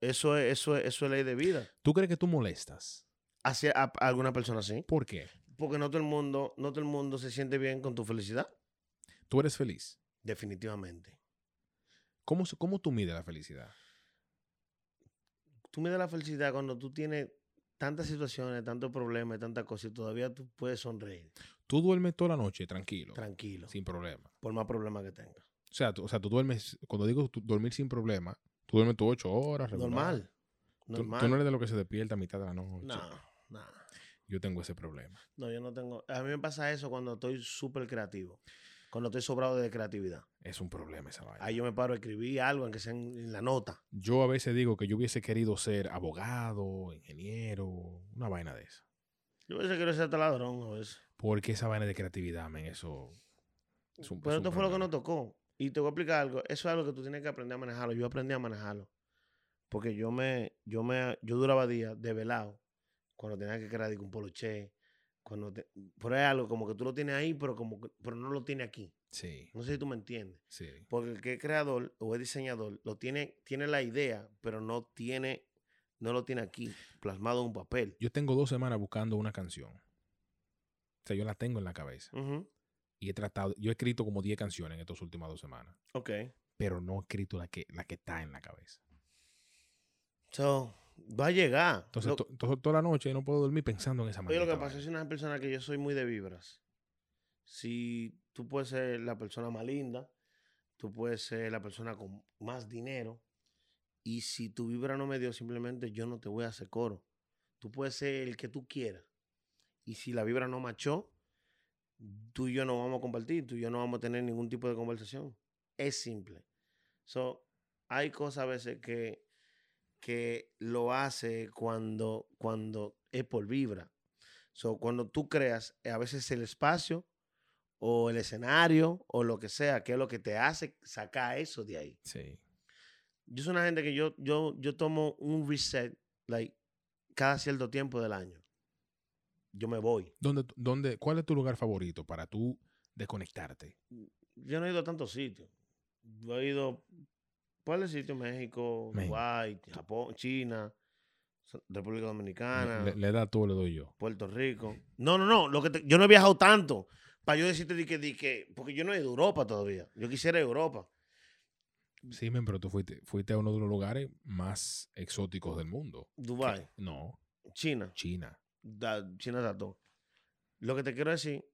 Speaker 2: Eso es, eso es, eso es ley de vida.
Speaker 1: ¿Tú crees que tú molestas?
Speaker 2: Hacia a, a alguna persona así.
Speaker 1: ¿Por qué?
Speaker 2: Porque no todo el mundo, no todo el mundo se siente bien con tu felicidad.
Speaker 1: Tú eres feliz.
Speaker 2: Definitivamente.
Speaker 1: ¿Cómo, se- cómo tú mides la felicidad?
Speaker 2: Tú mides la felicidad cuando tú tienes tantas situaciones, tantos problemas, y tantas cosas y todavía tú puedes sonreír
Speaker 1: Tú duermes toda la noche tranquilo,
Speaker 2: tranquilo,
Speaker 1: sin problema.
Speaker 2: por más problemas que tengas.
Speaker 1: O sea, tú, o sea, tú duermes, cuando digo tú- dormir sin problema, tú duermes tus ocho horas. regular.
Speaker 2: Normal.
Speaker 1: Tú-
Speaker 2: Normal.
Speaker 1: Tú, no eres de lo que se despierta a mitad de la noche.
Speaker 2: No, no.
Speaker 1: Yo tengo ese problema.
Speaker 2: No, yo no tengo. A mí me pasa eso cuando estoy súper creativo. Cuando estoy sobrado de creatividad.
Speaker 1: Es un problema esa vaina.
Speaker 2: Ahí yo me paro a escribir algo, aunque sea en, en la nota.
Speaker 1: Yo a veces digo que yo hubiese querido ser abogado, ingeniero, una vaina de esa.
Speaker 2: Yo a veces quiero ser hasta ladrón a veces.
Speaker 1: Porque esa vaina de creatividad, men, eso. es un-
Speaker 2: Pero
Speaker 1: es
Speaker 2: esto
Speaker 1: un
Speaker 2: fue lo que
Speaker 1: problema.
Speaker 2: nos tocó. Y te voy a explicar algo. Eso es algo que tú tienes que aprender a manejarlo. Yo aprendí a manejarlo. Porque yo me, yo me, yo duraba días de velado cuando tenía que crear digo, un poloche. Cuando te- pero es algo como que tú lo tienes ahí, pero como que- pero no lo tienes aquí.
Speaker 1: Sí,
Speaker 2: No sé si tú me entiendes.
Speaker 1: sí.
Speaker 2: Porque el que es creador o es diseñador lo tiene, tiene la idea, pero no tiene, no lo tiene aquí, plasmado en un papel.
Speaker 1: Yo tengo dos semanas buscando una canción. O sea, yo la tengo en la cabeza.
Speaker 2: Ujú,
Speaker 1: Y he tratado, yo he escrito como 10 canciones en estas últimas dos semanas.
Speaker 2: Ok.
Speaker 1: Pero no he escrito la que, la que está en la cabeza.
Speaker 2: So, va a llegar.
Speaker 1: Entonces,
Speaker 2: Lo-
Speaker 1: to- to- toda la noche no puedo dormir pensando en esa
Speaker 2: Oye,
Speaker 1: manera.
Speaker 2: lo que pasa es una persona que yo soy muy de vibras. Si tú puedes ser la persona más linda, tú puedes ser la persona con más dinero, y si tu vibra no me dio, simplemente yo no te voy a hacer coro. Tú puedes ser el que tú quieras. Y si la vibra no machó, tú y yo no vamos a compartir, tú y yo no vamos a tener ningún tipo de conversación. Es simple. So, hay cosas a veces que, que lo hace cuando, cuando es por vibra. So, cuando tú creas, eh, a veces el espacio o el escenario o lo que sea, que es lo que te hace sacar eso de ahí.
Speaker 1: Sí.
Speaker 2: Yo soy una gente que yo, yo, yo tomo un reset like, cada cierto tiempo del año. yo me voy.
Speaker 1: ¿Dónde, dónde, ¿Cuál es tu lugar favorito para tú desconectarte?
Speaker 2: Yo no he ido a tantos sitios. Yo he ido ¿Cuáles sitios? México,
Speaker 1: Men.
Speaker 2: Uruguay, Japón, China, S- República Dominicana,
Speaker 1: Le, le da tú, le doy yo.
Speaker 2: Puerto Rico. No, no, no. Lo que te- yo no he viajado tanto. Para yo decirte de que, de que- porque yo no he ido a Europa todavía. Yo quisiera Europa. Mm.
Speaker 1: Sí, men, pero tú fuiste, fuiste a uno de los lugares más exóticos del mundo.
Speaker 2: Dubai,
Speaker 1: No,
Speaker 2: China,
Speaker 1: China.
Speaker 2: da- China dato. Lo que te quiero decir,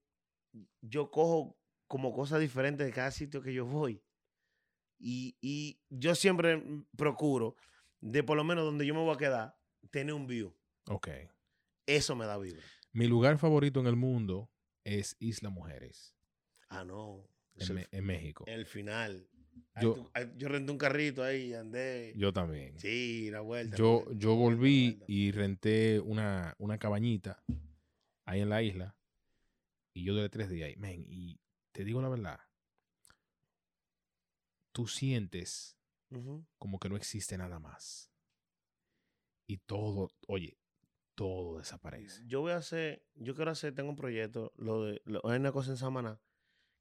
Speaker 2: yo cojo como cosas diferentes de cada sitio que yo voy. Y, y yo siempre mm, procuro, de por lo menos donde yo me voy a quedar, tener un view.
Speaker 1: Ok.
Speaker 2: Eso me da vibra.
Speaker 1: Mi lugar favorito en el mundo es Isla Mujeres,
Speaker 2: Ah, no. Es
Speaker 1: en,
Speaker 2: el,
Speaker 1: Me- en México.
Speaker 2: el final. Ahí
Speaker 1: Yo-
Speaker 2: tú- ahí- yo renté un carrito ahí, andé.
Speaker 1: Yo también.
Speaker 2: sí, la vuelta.
Speaker 1: Yo,
Speaker 2: vuelta,
Speaker 1: yo
Speaker 2: vuelta,
Speaker 1: volví
Speaker 2: vuelta.
Speaker 1: y renté una, una cabañita ahí en la isla. Y yo duré tres días ahí. Men, y te digo la verdad. Tú sientes
Speaker 2: Ujú.
Speaker 1: como que no existe nada más. Y todo, oye, todo desaparece.
Speaker 2: Yo voy a hacer, yo quiero hacer, tengo un proyecto, lo de, lo- hay una cosa en Samaná,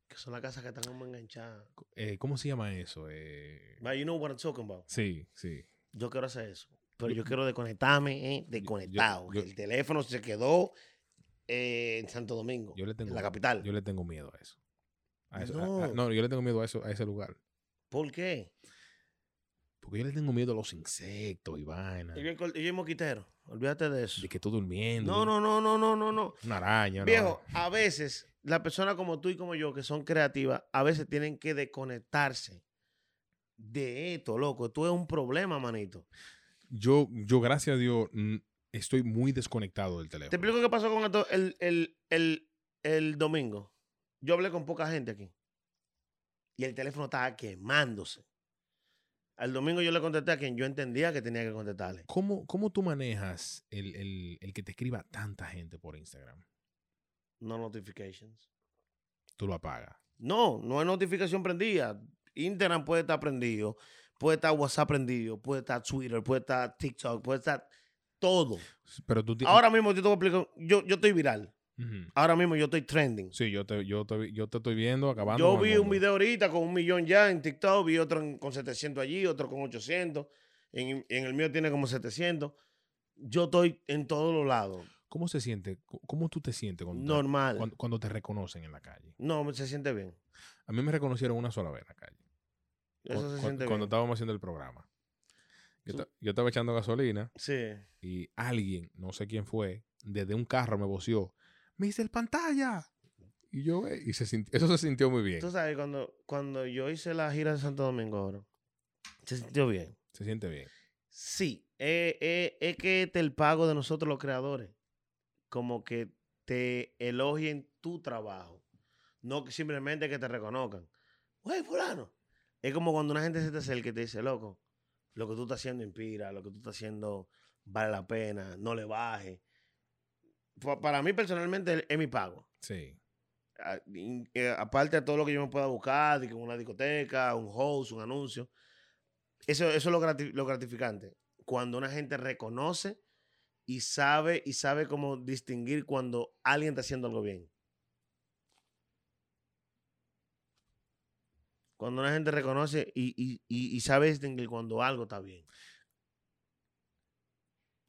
Speaker 2: que son las casas que están como enganchadas.
Speaker 1: Eh, ¿Cómo se llama eso? Eh,
Speaker 2: But you know what I'm talking about.
Speaker 1: sí, sí.
Speaker 2: Yo quiero hacer eso. Pero
Speaker 1: Yo-
Speaker 2: yo quiero desconectarme, eh, desconectado.
Speaker 1: yo-
Speaker 2: que el teléfono se quedó eh, en Santo Domingo,
Speaker 1: Yo le tengo,
Speaker 2: en la capital.
Speaker 1: Yo le tengo miedo a eso. A eso- a- a-
Speaker 2: No.
Speaker 1: no, yo le tengo miedo a eso, a ese lugar.
Speaker 2: ¿Por qué?
Speaker 1: Porque yo le tengo miedo a los insectos y vainas.
Speaker 2: Yo soy col- yo soy moquitero, olvídate de eso.
Speaker 1: De que tú durmiendo.
Speaker 2: No, no, no, no, no, no, no.
Speaker 1: Una araña. una
Speaker 2: Viejo,
Speaker 1: vaina.
Speaker 2: a veces las personas como tú y como yo que son creativas, a veces tienen que desconectarse de esto, loco. Tú es un problema, manito.
Speaker 1: Yo, yo, gracias a Dios, mm, estoy muy desconectado del teléfono.
Speaker 2: Te explico qué pasó con esto el, el- el- el domingo. Yo hablé con poca gente aquí. Y el teléfono estaba quemándose. Al domingo yo le contesté a quien yo entendía que tenía que contestarle.
Speaker 1: ¿Cómo, cómo tú manejas el, el- el que te escriba tanta gente por Instagram?
Speaker 2: No notifications.
Speaker 1: Tú lo apagas.
Speaker 2: No, no hay notificación prendida. Instagram puede estar prendido, puede estar WhatsApp prendido, puede estar Twitter, puede estar TikTok, puede estar todo.
Speaker 1: Pero tú ti-
Speaker 2: Ahora mismo yo te voy a explicar, yo, yo estoy viral.
Speaker 1: Ujú.
Speaker 2: Ahora mismo yo estoy trending.
Speaker 1: Sí, yo te, yo, te, vi- yo te estoy viendo acabando.
Speaker 2: Yo
Speaker 1: con el
Speaker 2: vi un
Speaker 1: mundo.
Speaker 2: video ahorita con un millón ya en TikTok, vi otro en- con 700 allí, otro con 800. En, en el mío tiene como 700. Yo estoy en todos los lados.
Speaker 1: ¿Cómo se siente? cu- ¿Cómo tú te sientes cuando, te-
Speaker 2: Normal.
Speaker 1: cuando- cuando te reconocen en la calle?
Speaker 2: No, se siente bien.
Speaker 1: A mí me reconocieron una sola vez en la calle.
Speaker 2: Eso
Speaker 1: Cu-
Speaker 2: se
Speaker 1: cu-
Speaker 2: siente
Speaker 1: cuando
Speaker 2: bien.
Speaker 1: estábamos haciendo el programa. Yo,
Speaker 2: Su-
Speaker 1: ta- yo estaba echando gasolina
Speaker 2: Sí.
Speaker 1: y alguien, no sé quién fue, desde un carro me voció, me hice el pantalla. Y yo, eh, y se sinti- eso se sintió muy bien.
Speaker 2: Tú sabes, cuando, cuando yo hice la gira de Santo Domingo ahora, se sintió bien.
Speaker 1: Se siente bien.
Speaker 2: Sí, eh, eh, es que este es el pago de nosotros los creadores. Como que te elogien tu trabajo. No que simplemente que te reconozcan. Güey, fulano. Es como cuando una gente se te acerca y te dice, loco, lo que tú estás haciendo inspira, lo que tú estás haciendo vale la pena, no le baje. Pa- Para mí personalmente es mi pago
Speaker 1: Sí.
Speaker 2: a- in- eh, aparte de todo lo que yo me pueda buscar, de que una discoteca, un host, un anuncio. Eso, eso es lo, grati- lo gratificante. Cuando una gente reconoce y sabe y sabe cómo distinguir cuando alguien está haciendo algo bien. Cuando una gente reconoce y, y- y- y sabe distinguir cuando algo está bien.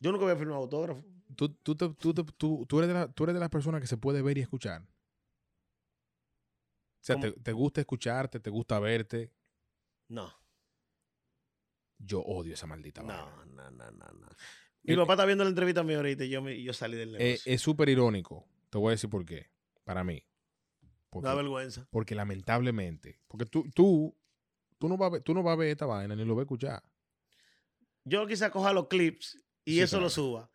Speaker 2: Yo nunca había firmado autógrafo.
Speaker 1: Tú, tú, te- tú, te- tú- tú eres de la- tú eres de las personas que se puede ver y escuchar. O sea,
Speaker 2: ¿Cómo?
Speaker 1: te, te gusta escucharte, te gusta verte.
Speaker 2: No,
Speaker 1: Yo odio esa maldita vaina.
Speaker 2: no, no, no, no. no. Mi
Speaker 1: Eh,
Speaker 2: papá está viendo la entrevista mía ahorita y yo, me- y yo salí del negocio.
Speaker 1: Eh, es súper irónico. Te voy a decir por qué. Para mí. Porque-
Speaker 2: Da vergüenza.
Speaker 1: Porque lamentablemente, porque tú, tú, tú no vas a ver, tú no vas a ver esta vaina ni lo vas a escuchar.
Speaker 2: Yo quizá coja los clips y
Speaker 1: Sí,
Speaker 2: eso
Speaker 1: claro.
Speaker 2: lo suba.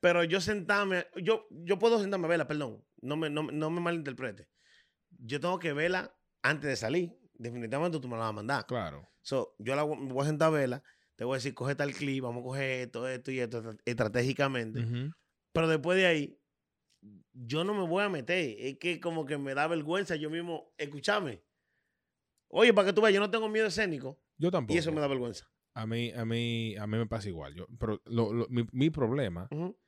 Speaker 2: Pero yo sentarme, yo, yo puedo sentarme a verla, perdón. No me, no, me- no me malinterprete. Yo tengo que verla antes de salir. Definitivamente tú me la vas a mandar.
Speaker 1: Claro.
Speaker 2: So, yo la, voy- me voy a sentar a verla. Te voy a decir, coge tal clip, vamos a coger esto, esto y esto estra- estratégicamente.
Speaker 1: Ujú.
Speaker 2: Pero después de ahí, yo no me voy a meter. Es que como que me da vergüenza yo mismo escucharme. Oye, para que tú veas, yo no tengo miedo escénico
Speaker 1: Yo tampoco.
Speaker 2: y eso me da vergüenza.
Speaker 1: A mí, a mí, a mí me pasa igual. Yo, pero lo- lo- mi, mi problema
Speaker 2: Ujú.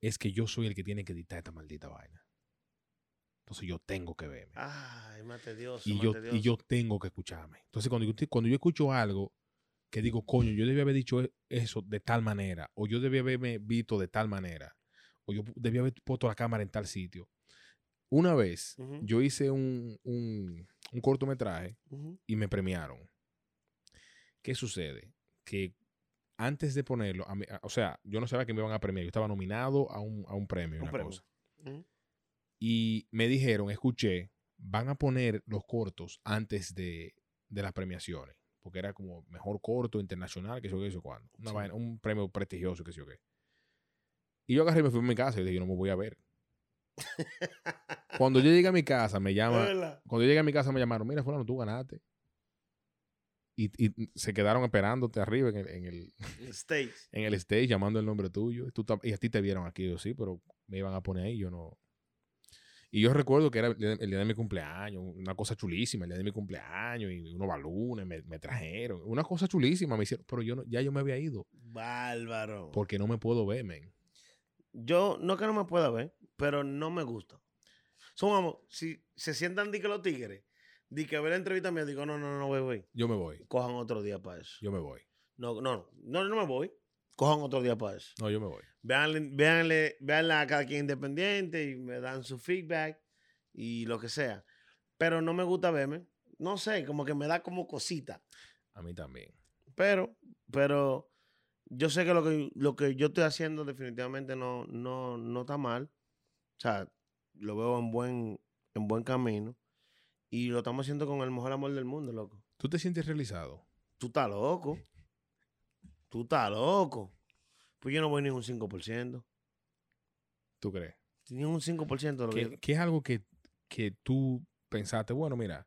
Speaker 1: es que yo soy el que tiene que editar esta maldita vaina. Entonces yo tengo que verme.
Speaker 2: Ah, Ay, más tedioso,
Speaker 1: y,
Speaker 2: más
Speaker 1: yo,
Speaker 2: tedioso.
Speaker 1: y yo tengo que escucharme. Entonces cuando yo, te- cuando yo escucho algo que
Speaker 2: Mm.
Speaker 1: digo, coño, yo debía haber dicho e- eso de tal manera, o yo debía haberme visto de tal manera, o yo debía haber puesto la cámara en tal sitio. Una vez
Speaker 2: Ujú.
Speaker 1: yo hice un- un- un cortometraje
Speaker 2: Ujú.
Speaker 1: y me premiaron. ¿Qué sucede? Que antes de ponerlo, a mí- a- o sea, yo no sabía que me iban a premiar, yo estaba nominado a un, a un premio,
Speaker 2: Un
Speaker 1: una
Speaker 2: premio.
Speaker 1: cosa.
Speaker 2: Ujú.
Speaker 1: Y me dijeron, escuché, van a poner los cortos antes de, de las premiaciones, porque era como mejor corto internacional, que sé yo qué, que sé yo cuándo. Una
Speaker 2: Sí.
Speaker 1: vaina- un premio prestigioso, que sé yo qué. Y yo agarré y me fui a mi casa y dije, yo no me voy a ver. Cuando yo llegué a mi casa, me llama,
Speaker 2: Es verdad.
Speaker 1: cuando yo llegué a mi casa me llamaron, mira, fulano, tú ganaste. Y, y se quedaron esperándote arriba en el, en, el,
Speaker 2: Stage.
Speaker 1: en el stage, llamando el nombre tuyo. Y, tú tam- y a ti te vieron aquí, yo sí, pero me iban a poner ahí, yo no. Y yo recuerdo que era el día de- el día de mi cumpleaños, una cosa chulísima, el día de mi cumpleaños, y unos balones me, me trajeron, una cosa chulísima me hicieron, pero yo no, ya yo me había ido,
Speaker 2: Bárbaro.
Speaker 1: porque no me puedo ver, men.
Speaker 2: Yo, no que no me pueda ver, pero no me gusta. Sumamos, si se sientan di que los tigres, di que ve la entrevista mía, digo, no, no, no, voy, voy.
Speaker 1: Yo me voy,
Speaker 2: Cojan otro día para eso.
Speaker 1: yo me voy,
Speaker 2: No, no, no, no me voy. Cojan otro día para eso.
Speaker 1: no, yo me voy.
Speaker 2: Veanle, veanle, veanla a cada quien independiente y me dan su feedback y lo que sea. Pero no me gusta verme. No sé, como que me da como cosita.
Speaker 1: A mí también.
Speaker 2: Pero, pero yo sé que lo que, lo que yo estoy haciendo definitivamente no, no, no está mal. O sea, lo veo en buen, en buen camino. Y lo estamos haciendo con el mejor amor del mundo, loco.
Speaker 1: ¿Tú te sientes realizado?
Speaker 2: Tú estás loco. Tú estás loco. Pues yo no voy ni un 5%.
Speaker 1: ¿Tú crees?
Speaker 2: Ni un 5% de lo que yo-
Speaker 1: que, que es algo que, que tú pensaste, bueno, mira,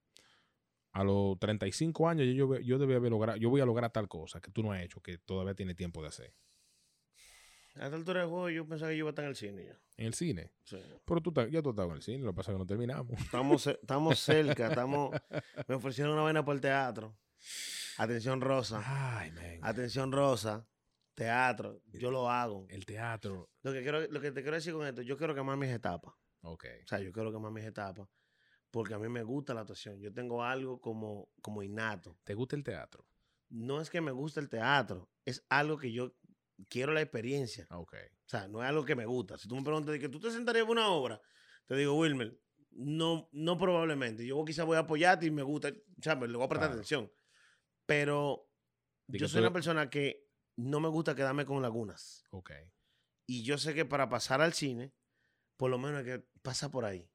Speaker 1: a los 35 años yo, yo, ve- yo debí haber logrado, yo voy a lograr tal cosa que tú no has hecho, que todavía tiene tiempo de hacer.
Speaker 2: A esta altura del juego yo pensaba que yo iba a estar en el cine ya.
Speaker 1: En el cine.
Speaker 2: Sí.
Speaker 1: Pero tú ta- ya tú estabas en el cine, lo que pasa es que no terminamos.
Speaker 2: Estamos, ce- estamos cerca, estamos... Me ofrecieron una vaina por el teatro. Atención Rosa,
Speaker 1: Ay, man.
Speaker 2: atención Rosa, teatro, yo lo hago.
Speaker 1: El teatro.
Speaker 2: Lo que, quiero, lo que te quiero decir con esto, yo quiero quemar mis etapas.
Speaker 1: Ok.
Speaker 2: O sea, yo quiero quemar mis etapas porque a mí me gusta la actuación. Yo tengo algo como, como innato.
Speaker 1: ¿Te gusta el teatro?
Speaker 2: No es que me guste el teatro, es algo que yo quiero la experiencia.
Speaker 1: Ah, Ok.
Speaker 2: O sea, no es algo que me gusta. Si tú me preguntas de que tú te sentarías en una obra, te digo, Wilmer, no, no probablemente. Yo quizás voy a apoyarte y me gusta, o sea, me le voy a prestar
Speaker 1: Claro.
Speaker 2: atención. Pero
Speaker 1: De
Speaker 2: yo
Speaker 1: que
Speaker 2: soy
Speaker 1: tú-
Speaker 2: una persona que no me gusta quedarme con lagunas.
Speaker 1: Ok.
Speaker 2: Y yo sé que para pasar al cine, por lo menos hay que pasa por ahí.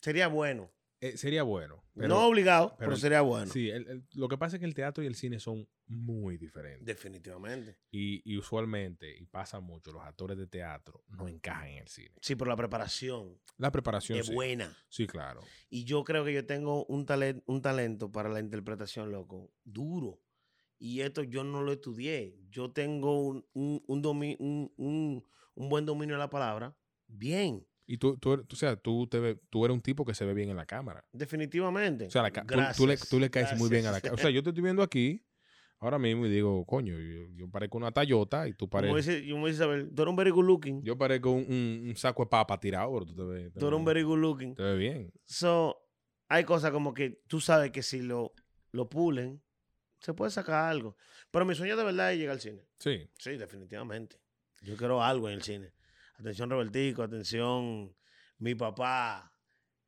Speaker 2: Sería bueno.
Speaker 1: Eh, sería bueno. Pero,
Speaker 2: no obligado, pero,
Speaker 1: pero-
Speaker 2: sería bueno.
Speaker 1: Sí, el- el- lo que pasa es que el teatro y el cine son muy diferentes.
Speaker 2: Definitivamente.
Speaker 1: Y, y usualmente, y pasa mucho, los actores de teatro no encajan en el cine.
Speaker 2: Sí, pero la preparación
Speaker 1: La preparación
Speaker 2: es
Speaker 1: sí.
Speaker 2: buena.
Speaker 1: Sí, claro.
Speaker 2: Y yo creo que yo tengo un, talen- un talento para la interpretación, loco, duro. Y esto yo no lo estudié. Yo tengo un, un, un domi- un- un- un buen dominio de la palabra. Bien,
Speaker 1: Y tú, tú, eres- o sea, tú, te ve- tú eres un tipo que se ve bien en la cámara.
Speaker 2: definitivamente.
Speaker 1: O sea, la ca- tú, tú le,
Speaker 2: Gracias,
Speaker 1: tú le caes muy bien a la
Speaker 2: gracias.
Speaker 1: cámara. O sea, yo te estoy viendo aquí ahora mismo y digo, coño, yo, yo parezco una Tayota y tú
Speaker 2: Como
Speaker 1: pareces...
Speaker 2: dice, como dice Isabel, tú eres un very good looking.
Speaker 1: Yo parezco un, un- un saco de papa tirado, pero tú te ves... te
Speaker 2: tú eres un
Speaker 1: ves-
Speaker 2: very good looking.
Speaker 1: Te ves bien.
Speaker 2: So, hay cosas como que tú sabes que si lo, lo pulen, se puede sacar algo. Pero mi sueño de verdad es llegar al cine.
Speaker 1: Sí.
Speaker 2: Sí, definitivamente. Yo quiero algo en el cine. Atención, Robertico, atención, mi papá.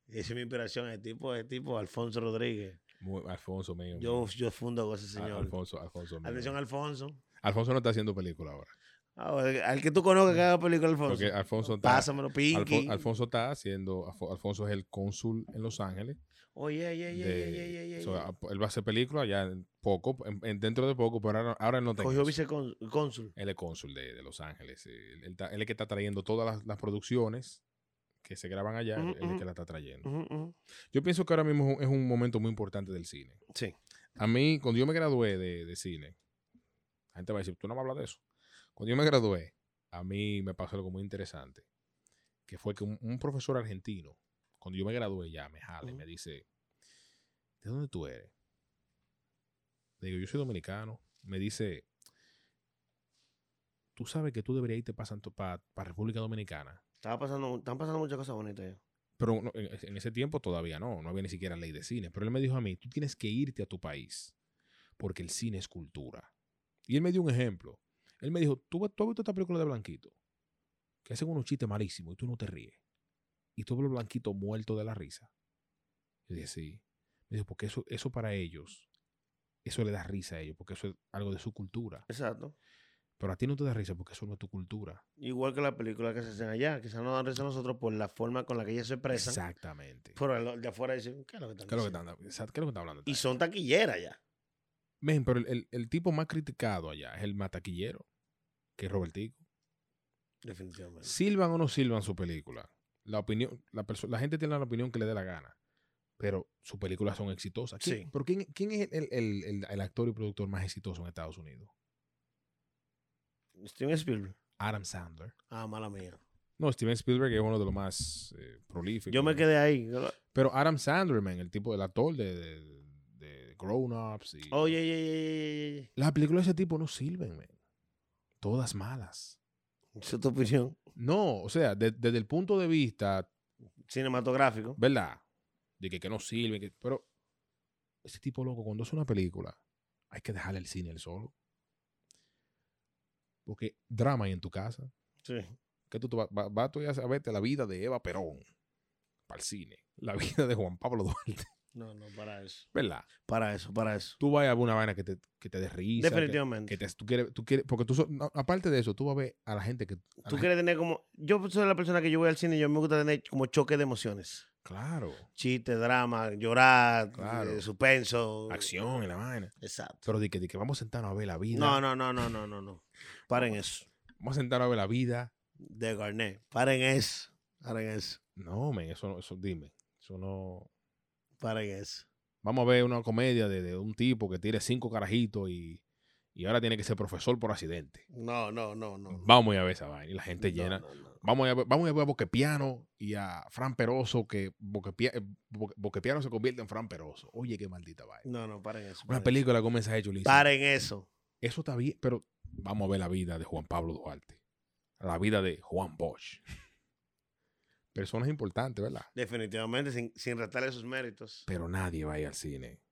Speaker 2: Esa es mi inspiración, el tipo, el tipo Alfonso Rodríguez.
Speaker 1: Muy- Alfonso mío.
Speaker 2: Yo,
Speaker 1: mío.
Speaker 2: yo fundo con ese
Speaker 1: Al-
Speaker 2: señor.
Speaker 1: Ah, Alfonso, Alfonso mío.
Speaker 2: Atención, Alfonso.
Speaker 1: Alfonso no está haciendo película ahora.
Speaker 2: Ah, al- al que tú conozcas que haga película, Alfonso.
Speaker 1: Porque Alfonso está...
Speaker 2: Pásamelo, Pinky.
Speaker 1: Alfon- Alfonso está haciendo... Alfo- Alfonso es el cónsul en Los Ángeles.
Speaker 2: Oye, oye, oye,
Speaker 1: de-
Speaker 2: oye, oye, oye,
Speaker 1: so,
Speaker 2: oye.
Speaker 1: a- él va a hacer película ya en poco, en- en- dentro de poco, pero ahora, ahora no tengo.
Speaker 2: Cogió vicecónsul.
Speaker 1: Él es cónsul de, de Los Ángeles. eh, Él, él ta- él es que está trayendo todas las, las producciones que se graban allá.
Speaker 2: Ujú,
Speaker 1: él es el
Speaker 2: ujú.
Speaker 1: que la está trayendo.
Speaker 2: Ujú, ujú.
Speaker 1: Yo pienso que ahora mismo es un- es un momento muy importante del cine.
Speaker 2: Sí.
Speaker 1: A mí, cuando yo me gradué de, de cine, la gente va a decir, tú no me hablas de eso. Cuando yo me gradué, a mí me pasó algo muy interesante, que fue que un, un profesor argentino, cuando yo me gradué ya, me jale,
Speaker 2: Ujú.
Speaker 1: me dice, ¿de dónde tú eres? Le digo, yo soy dominicano. Me dice, tú sabes que tú deberías irte para para República Dominicana.
Speaker 2: Estaba pasando, están pasando muchas cosas bonitas ya.
Speaker 1: Pero no, en en ese tiempo todavía no, no había ni siquiera ley de cine. Pero él me dijo a mí, tú tienes que irte a tu país, porque el cine es cultura. Y él me dio un ejemplo. Él me dijo, tú, tú has visto esta película de Blanquito, que hacen unos chistes malísimos y tú no te ríes. Y tú ves a Blanquito muerto de la risa. Yo dije, sí. Me dijo, porque eso, eso para ellos, eso le da risa a ellos, porque eso es algo de su cultura.
Speaker 2: Exacto.
Speaker 1: Pero a ti no te da risa porque eso no es tu cultura.
Speaker 2: Igual que la película que se hacen allá. Quizás no dan risa a nosotros por la forma con la que ellas se expresan.
Speaker 1: Exactamente.
Speaker 2: Pero el de afuera dicen, ¿qué es lo que están
Speaker 1: ¿Qué es lo que
Speaker 2: diciendo?
Speaker 1: están, exacto, qué es lo que están hablando?
Speaker 2: Y son taquilleras ya.
Speaker 1: Men, pero el, el- el tipo más criticado allá es el mataquillero, que es Robertico.
Speaker 2: Definitivamente.
Speaker 1: Silvan o no silvan su película. La opinión, la, perso- la gente tiene la opinión que le dé la gana. Pero sus películas son exitosas. ¿Quién-
Speaker 2: Sí.
Speaker 1: Pero ¿quién, quién es el, el- el- el actor y productor más exitoso en Estados Unidos?
Speaker 2: Steven Spielberg.
Speaker 1: Adam Sandler.
Speaker 2: Ah, mala mía.
Speaker 1: No, Steven Spielberg es uno de los más eh, prolíficos.
Speaker 2: Yo me
Speaker 1: ¿no?
Speaker 2: quedé ahí.
Speaker 1: Pero Adam Sandler, man, el tipo del actor de, de, de Grown Ups. Y...
Speaker 2: Oye, oye, oye,
Speaker 1: Las películas de ese tipo no sirven, man. Todas malas.
Speaker 2: oye. Esa es tu opinión.
Speaker 1: No, o sea, de- desde el punto de vista,
Speaker 2: Cinematográfico.
Speaker 1: ¿verdad? De que, que no sirve, que- pero ese tipo loco, cuando hace una película, hay que dejarle el cine el solo. Porque drama hay en tu casa.
Speaker 2: Sí.
Speaker 1: Que tú, tú vas va, vas tú ya a verte la vida de Eva Perón para el cine. La vida de Juan Pablo Duarte,
Speaker 2: No, no, para eso.
Speaker 1: ¿verdad?
Speaker 2: Para eso, para eso.
Speaker 1: Tú vas a ver una vaina que te, que te dé risa, que-
Speaker 2: Definitivamente.
Speaker 1: Que, te, tú quieres, tú quieres, porque tú, so- no, aparte de eso, tú vas a ver a la gente que... a la
Speaker 2: Tú
Speaker 1: gente-
Speaker 2: quieres tener como. Yo soy la persona que yo voy al cine y yo me gusta tener como choque de emociones.
Speaker 1: Claro.
Speaker 2: Chiste, drama, llorar,
Speaker 1: Claro.
Speaker 2: eh, suspenso.
Speaker 1: Acción y la vaina.
Speaker 2: Exacto.
Speaker 1: Pero de que, de que vamos a sentarnos a ver la vida.
Speaker 2: No, no, no, no, no, no, no. Paren eso.
Speaker 1: Vamos a sentarnos a ver la vida.
Speaker 2: De Garnet. Paren eso. Paren eso.
Speaker 1: No, men, eso no, eso dime. Eso no.
Speaker 2: Paren eso.
Speaker 1: Vamos a ver una comedia de, de un tipo que tire cinco carajitos y, y ahora tiene que ser profesor por accidente.
Speaker 2: No, no, no, no. no.
Speaker 1: Vamos a ir a ver esa vaina y la gente
Speaker 2: No,
Speaker 1: llena.
Speaker 2: no, no.
Speaker 1: Vamos a, ir a ver, vamos a ir a ver a Boquepiano y a Fran Peroso, que Boquepia- eh, Boque- Boquepiano se convierte en Fran Peroso. Oye, qué maldita vaina.
Speaker 2: No, no, paren eso.
Speaker 1: Una
Speaker 2: paren
Speaker 1: película con mensaje
Speaker 2: eso.
Speaker 1: chulísimo.
Speaker 2: Paren eso.
Speaker 1: Eso está bien, pero vamos a ver la vida de Juan Pablo Duarte. La vida de Juan Bosch. Personas importantes, ¿verdad?
Speaker 2: Definitivamente, sin, sin restarle sus méritos.
Speaker 1: Pero nadie va a ir al cine.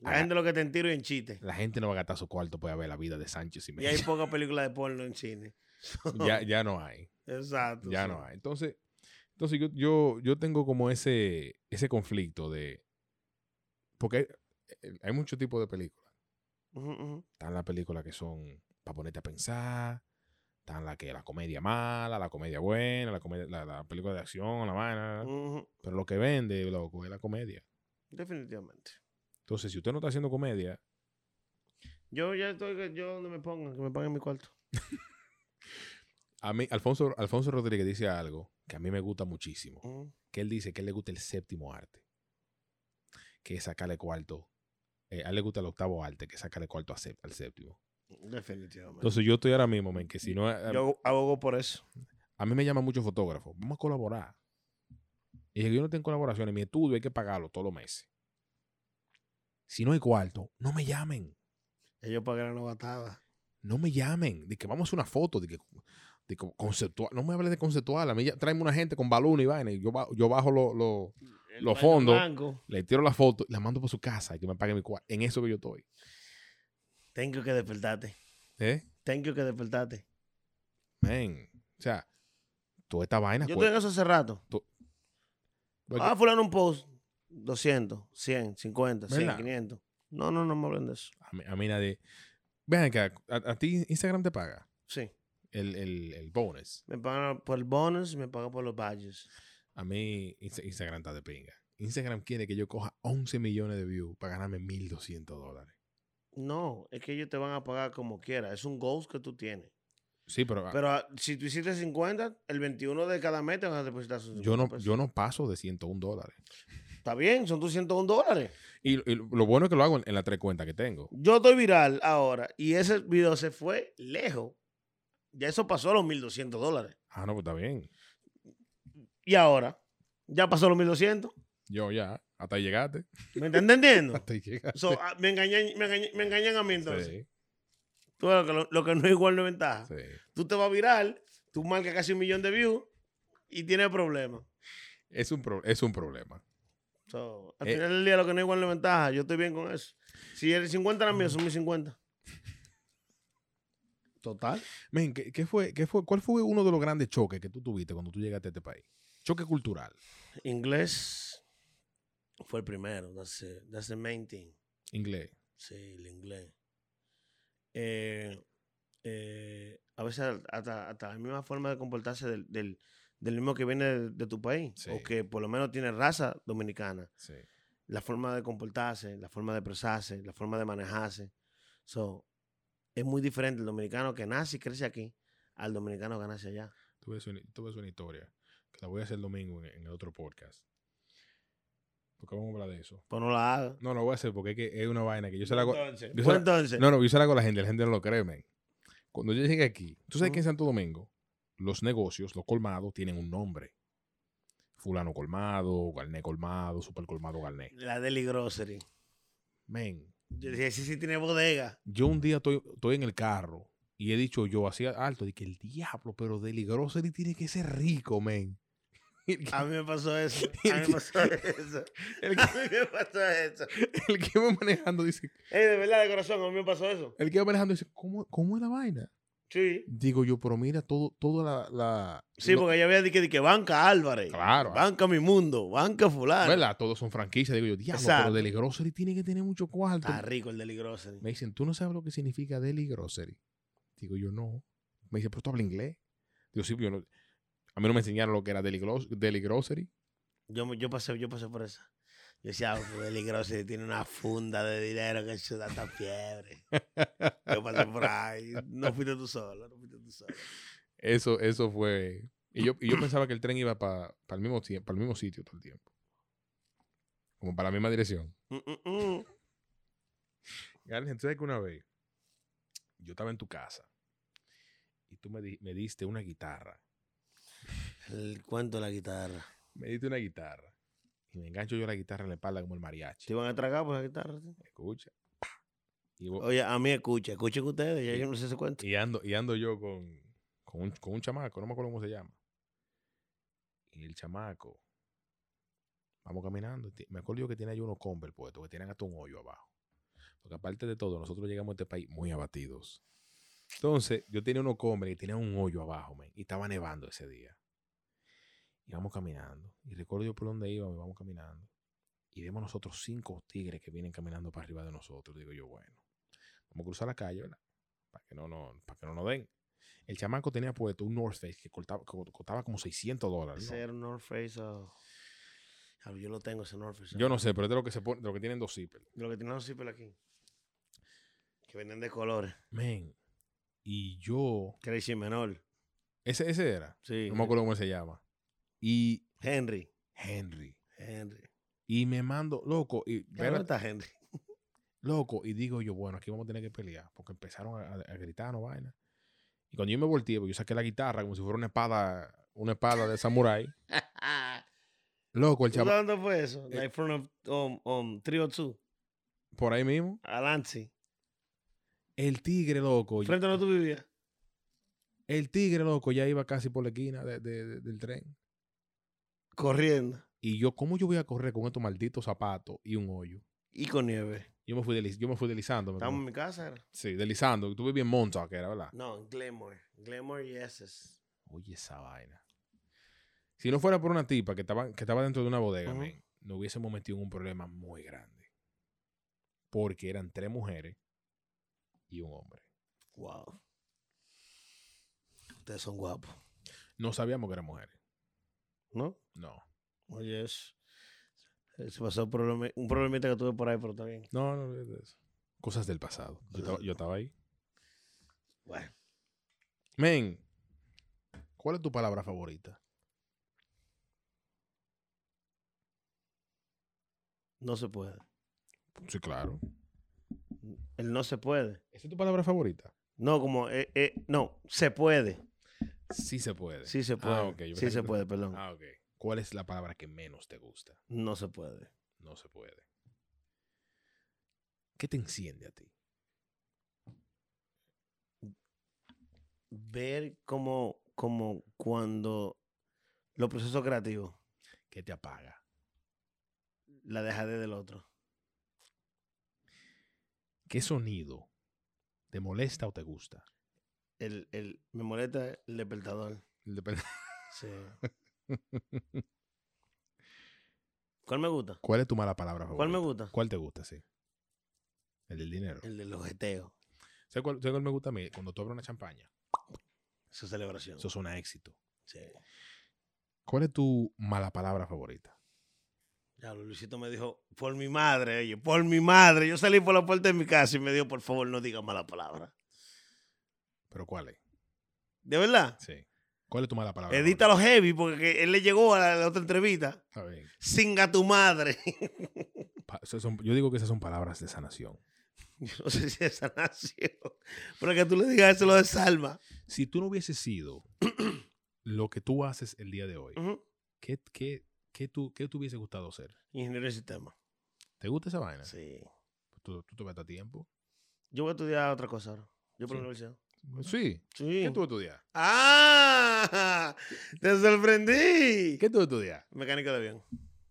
Speaker 2: La
Speaker 1: Ah.
Speaker 2: gente lo que te en tiro y en chiste.
Speaker 1: La gente no va a gastar su cuarto para ver la vida de Sánchez y
Speaker 2: Y hay
Speaker 1: Mejía.
Speaker 2: pocas películas de porno en cine.
Speaker 1: Ya, ya no hay.
Speaker 2: Exacto.
Speaker 1: Ya
Speaker 2: sí.
Speaker 1: no hay. Entonces, entonces yo, yo, yo tengo como ese, ese conflicto de. Porque hay, eh, hay muchos tipos de películas.
Speaker 2: Ujú, ujú.
Speaker 1: Están las películas que son para ponerte a pensar. Están la que la comedia mala, la comedia buena, la, comedia, la, la película de acción, la vaina.
Speaker 2: Ujú.
Speaker 1: Pero lo que vende, loco, es la comedia.
Speaker 2: Definitivamente.
Speaker 1: Entonces, si usted no está haciendo comedia,
Speaker 2: Yo ya estoy, que- yo donde me pongan, que me paguen mi cuarto.
Speaker 1: a mí, Alfonso, Alfonso Rodríguez dice algo que a mí me gusta muchísimo.
Speaker 2: Ujú.
Speaker 1: que él dice que a él le gusta el séptimo arte, que es sacarle cuarto. Eh, a él le gusta el octavo arte, que es sacarle cuarto a sé- al séptimo.
Speaker 2: Definitivamente.
Speaker 1: Entonces yo estoy ahora mismo, men, que si no... eh,
Speaker 2: yo abogo por eso.
Speaker 1: a mí me llaman muchos fotógrafos, vamos a colaborar. Y dije, yo no tengo colaboraciones, mi estudio hay que pagarlo todos los meses. Si no hay cuarto, no me llamen,
Speaker 2: Ellos pagarán la batada.
Speaker 1: no me llamen. De que vamos a hacer una foto, de que, de que conceptual, no me hables de conceptual. A mí ya, tráeme una gente con balón y vaina y yo, ba- yo bajo los...
Speaker 2: El
Speaker 1: Los
Speaker 2: baile
Speaker 1: fondos.
Speaker 2: blanco.
Speaker 1: Le tiro la foto y la mando por su casa y que me pague mi cuarto. En eso que yo estoy.
Speaker 2: Tengo que despertarte.
Speaker 1: ¿Eh?
Speaker 2: Tengo que despertarte.
Speaker 1: Men. O sea, toda esta vaina.
Speaker 2: Yo
Speaker 1: cue-
Speaker 2: estoy en eso hace rato.
Speaker 1: porque-
Speaker 2: Ah, fulano un post. 200, 100, 50, 100,
Speaker 1: ¿Verdad?
Speaker 2: 500. No, no, no me hablen de eso.
Speaker 1: a, mí, a mí nadie. Vean que a, a ti Instagram te paga
Speaker 2: Sí.
Speaker 1: el, el, el bonus.
Speaker 2: Me pagan por el bonus y me pagan por los badges.
Speaker 1: A mí Insta- Instagram está de pinga. Instagram quiere que yo coja 11 millones de views para ganarme 1.200 dólares.
Speaker 2: No, es que ellos te van a pagar como quiera. Es un goals que tú tienes.
Speaker 1: Sí, pero,
Speaker 2: Pero ah, si tú hiciste 50, el 21 de cada mes te van a depositar sus 50
Speaker 1: yo, no,
Speaker 2: pesos.
Speaker 1: yo no paso de 101 dólares.
Speaker 2: Está bien, son tus 101 dólares.
Speaker 1: Y, y lo bueno es que lo hago en, en las tres cuentas que tengo.
Speaker 2: Yo estoy viral ahora y ese video se fue lejos. Ya eso pasó a los 1.200 dólares.
Speaker 1: Ah, no, pues está bien.
Speaker 2: Y ahora, ya pasó a los 1.200.
Speaker 1: Yo ya, hasta ahí llegaste.
Speaker 2: ¿Me están entendiendo?
Speaker 1: Hasta ahí llegaste.
Speaker 2: So, ah, me, engañan, me, engañan, me engañan a mí entonces.
Speaker 1: Sí.
Speaker 2: Tú ves lo que, lo, lo que no es igual no es ventaja.
Speaker 1: Sí.
Speaker 2: Tú te vas a viral, tú marcas casi un millón de views y tienes problemas.
Speaker 1: Es, un pro- es un problema.
Speaker 2: So, al
Speaker 1: Eh.
Speaker 2: final del día lo que no es igual no es ventaja. Yo estoy bien con eso. Si eres 50 era mío, son mis 50. Total.
Speaker 1: Men, ¿qué, qué fue, qué fue, ¿cuál fue uno de los grandes choques que tú tuviste cuando tú llegaste a este país? Choque cultural.
Speaker 2: Inglés fue el primero. That's, it. That's the main thing.
Speaker 1: Inglés.
Speaker 2: Sí, el inglés. Eh, eh, a veces hasta, hasta la misma forma de comportarse del, del, del mismo que viene de, de tu país.
Speaker 1: Sí.
Speaker 2: O que por lo menos tiene raza dominicana.
Speaker 1: Sí.
Speaker 2: la forma de comportarse, la forma de expresarse, la forma de manejarse. So, es muy diferente el dominicano que nace y crece aquí al dominicano que nace allá.
Speaker 1: Tuve una, tuve una historia que la voy a hacer el domingo en, en el otro podcast. Porque vamos a hablar de eso.
Speaker 2: Pues no la haga.
Speaker 1: No, no voy a hacer porque es, que es una vaina que yo se la hago.
Speaker 2: entonces,
Speaker 1: yo se
Speaker 2: pues
Speaker 1: la-
Speaker 2: entonces,
Speaker 1: No, no, yo se la hago a la gente, la gente no lo cree, men. Cuando yo llegué aquí, tú sabes que en
Speaker 2: Ujú.
Speaker 1: Santo Domingo los negocios, los colmados, tienen un nombre. Fulano colmado, Galné colmado, super colmado Galné.
Speaker 2: la Deli Grocery.
Speaker 1: Men,
Speaker 2: Yo decía, sí, sí tiene bodega.
Speaker 1: yo un día estoy, estoy en el carro y he dicho yo así alto, de que el diablo, pero Deli Grocery tiene que ser rico, men. El que,
Speaker 2: A mí me pasó eso. A mí me pasó eso.
Speaker 1: el
Speaker 2: A
Speaker 1: que-
Speaker 2: mí me pasó eso.
Speaker 1: el que va manejando dice,
Speaker 2: Ey, de verdad, de corazón, a mí me pasó eso.
Speaker 1: el que va manejando dice, ¿cómo, cómo es la vaina?
Speaker 2: Sí.
Speaker 1: Digo yo, pero mira todo, toda la... la-
Speaker 2: Sí,
Speaker 1: lo-
Speaker 2: porque yo había dicho que, que banca Álvarez.
Speaker 1: Claro. ah, Pues
Speaker 2: Banca mi mundo. Banca fulano.
Speaker 1: ¿Verdad? Todos son franquicias. Digo yo, diablo,
Speaker 2: Exacto.
Speaker 1: pero Deli Grocery tiene que tener mucho cuarto.
Speaker 2: Está rico el ¿eh? Deli Grocery.
Speaker 1: Me dicen, ¿tú no sabes lo que significa Deli Grocery? Digo yo, no. Me dicen, ¿pero tú hablas inglés? Digo, sí, pero yo no... A mí no me enseñaron lo que era Deli, Gros- Deli Grocery.
Speaker 2: Yo, me- yo, pasé, yo pasé por eso. Yo decía, ah, pues Deli Grocery tiene una funda de dinero que se da tan fiebre. Yo pasé por ahí. No fuiste tú solo, no fuiste tú solo.
Speaker 1: Eso, eso fue... Y yo, y yo pensaba que el tren iba para el, mismo tie- pa el mismo sitio todo el tiempo. Como para la misma dirección.
Speaker 2: Mm, mm, mm.
Speaker 1: Garnet, ¿sabes que una vez yo estaba en tu casa y tú me, di- me diste una guitarra?
Speaker 2: El cuento de la guitarra.
Speaker 1: Me diste una guitarra y me engancho yo la guitarra en la espalda como el mariachi.
Speaker 2: ¿Te iban a tragar por la guitarra? sí?
Speaker 1: Escucha. pa, Y, vo-
Speaker 2: Oye, a mí escucha, escuchen ustedes, ya yo no sé ese cuento.
Speaker 1: y ando, y ando yo con, con, un, con un chamaco, no me acuerdo cómo se llama. Y el chamaco, vamos caminando. ti- Me acuerdo yo que tiene yo unos Converse puestos que tienen hasta un hoyo abajo. Porque aparte de todo, nosotros llegamos a este país muy abatidos. Entonces, yo tenía unos Converse que tenían un hoyo abajo, men, y estaba nevando ese día. Y vamos caminando. Y recuerdo yo por dónde íbamos, y vamos caminando. Y vemos nosotros cinco tigres que vienen caminando para arriba de nosotros. Digo yo, bueno, vamos a cruzar la calle, ¿verdad? Para que no, no, para que no nos den. El chamaco tenía puesto un North Face que cortaba- que costaba, como 600 dólares. ¿no?
Speaker 2: Ese era un North Face. o- Ah, Yo lo tengo, ese North Face. ah.
Speaker 1: Yo no sé, pero es de lo que, se pone, de lo que tienen dos zippers.
Speaker 2: Lo que tenían los zipper aquí. Que venían de colores.
Speaker 1: Men. Y yo.
Speaker 2: Crazy Menor.
Speaker 1: Ese, ese era.
Speaker 2: Sí.
Speaker 1: No me acuerdo cómo se llama. Y
Speaker 2: Henry.
Speaker 1: Henry.
Speaker 2: Henry.
Speaker 1: Y me mando, loco, y
Speaker 2: Ya, ¿Dónde
Speaker 1: espérate,
Speaker 2: está Henry?
Speaker 1: loco, y digo yo, bueno, aquí vamos a tener que pelear, porque empezaron a, a- a gritar, no vaina. Y cuando yo me volteé, pues, yo saqué la guitarra como si fuera una espada, una espada de samurái. Loco, el
Speaker 2: ¿Tú sabes
Speaker 1: chaval,
Speaker 2: dónde fue eso?
Speaker 1: Eh.
Speaker 2: Like front of um, um, 302,
Speaker 1: por ahí mismo,
Speaker 2: Alanzi.
Speaker 1: el tigre, loco, y-
Speaker 2: Frente a donde tú vivías.
Speaker 1: el tigre, loco, ya iba casi por la esquina de- de- de- del tren.
Speaker 2: Corriendo.
Speaker 1: Y yo, ¿cómo yo voy a correr con estos malditos zapatos y un hoyo?
Speaker 2: Y con nieve.
Speaker 1: Yo me fui, desliz- yo me fui deslizando. me
Speaker 2: ¿Estamos
Speaker 1: como-
Speaker 2: en mi casa? Era?
Speaker 1: Sí, deslizando. Tú vivías en Montauk, era, ¿verdad?
Speaker 2: No, en Glamour. Glamour y Essex.
Speaker 1: Oye, esa vaina. Si no fuera por una tipa que estaba, que estaba dentro de una bodega,
Speaker 2: Ujú.
Speaker 1: men, nos hubiésemos metido en un problema muy grande. Porque eran tres mujeres y un hombre.
Speaker 2: Wow. Ustedes son guapos.
Speaker 1: No sabíamos que eran mujeres.
Speaker 2: ¿No?
Speaker 1: No.
Speaker 2: Oye, eso. Se pasó un, problema, un problemita que tuve por ahí, pero está bien.
Speaker 1: No, no, no, no, eso. Cosas del pasado. Yo estaba, yo estaba ahí.
Speaker 2: Bueno.
Speaker 1: Men, ¿cuál es tu palabra favorita?
Speaker 2: No se puede.
Speaker 1: Sí, claro.
Speaker 2: El no se puede.
Speaker 1: ¿Esa es tu palabra favorita?
Speaker 2: No, como. eh, eh, no, se puede.
Speaker 1: Sí se puede.
Speaker 2: Sí se puede.
Speaker 1: Ah, ok. Yo pensaba
Speaker 2: Sí
Speaker 1: que
Speaker 2: se
Speaker 1: tú-
Speaker 2: puede, perdón.
Speaker 1: Ah, ok. ¿Cuál es la palabra que menos te gusta?
Speaker 2: No se puede.
Speaker 1: No se puede. ¿Qué te enciende a ti?
Speaker 2: ver como, como cuando los procesos creativos,
Speaker 1: que te apaga.
Speaker 2: la dejadez del otro.
Speaker 1: ¿Qué sonido te molesta o te gusta?
Speaker 2: El, el, me molesta el despertador. Sí. ¿Cuál me gusta?
Speaker 1: ¿Cuál es tu mala palabra favorita?
Speaker 2: ¿Cuál me gusta?
Speaker 1: ¿Cuál te gusta, sí? El del dinero.
Speaker 2: El del ojeteo.
Speaker 1: ¿Sabes cuál, sabes cuál me gusta a mí? Cuando tú abres una champaña,
Speaker 2: Su celebración.
Speaker 1: eso suena a éxito.
Speaker 2: Sí.
Speaker 1: ¿Cuál es tu mala palabra favorita?
Speaker 2: Ya, Luisito me dijo, por mi madre, oye, por mi madre. Yo salí por la puerta de mi casa y me dijo, por favor, no digas mala palabra.
Speaker 1: ¿Pero cuál es?
Speaker 2: ¿De verdad?
Speaker 1: Sí. ¿Cuál es tu mala palabra?
Speaker 2: Edita los heavy porque que él le llegó a la, la otra entrevista.
Speaker 1: favorita? Está bien.
Speaker 2: Singa tu madre.
Speaker 1: Pa- esas son- yo digo que esas son palabras de sanación.
Speaker 2: Yo no sé si es sanación. Pero que tú le digas eso lo desalma.
Speaker 1: Si tú no hubieses sido lo que tú haces el día de hoy,
Speaker 2: Ujú.
Speaker 1: ¿qué, qué, qué, tú, ¿qué te hubiese gustado ser?
Speaker 2: Ingeniero de sistema.
Speaker 1: ¿Te gusta esa vaina?
Speaker 2: Sí.
Speaker 1: ¿Tú, tú te gastas tiempo?
Speaker 2: Yo voy a estudiar otra cosa ahora. Yo por la
Speaker 1: Sí.
Speaker 2: universidad.
Speaker 1: Sí.
Speaker 2: Sí.
Speaker 1: ¿Qué tú estudias?
Speaker 2: ¡Ah! ¡Te sorprendí!
Speaker 1: ¿Qué tú estudias?
Speaker 2: Mecánico de avión.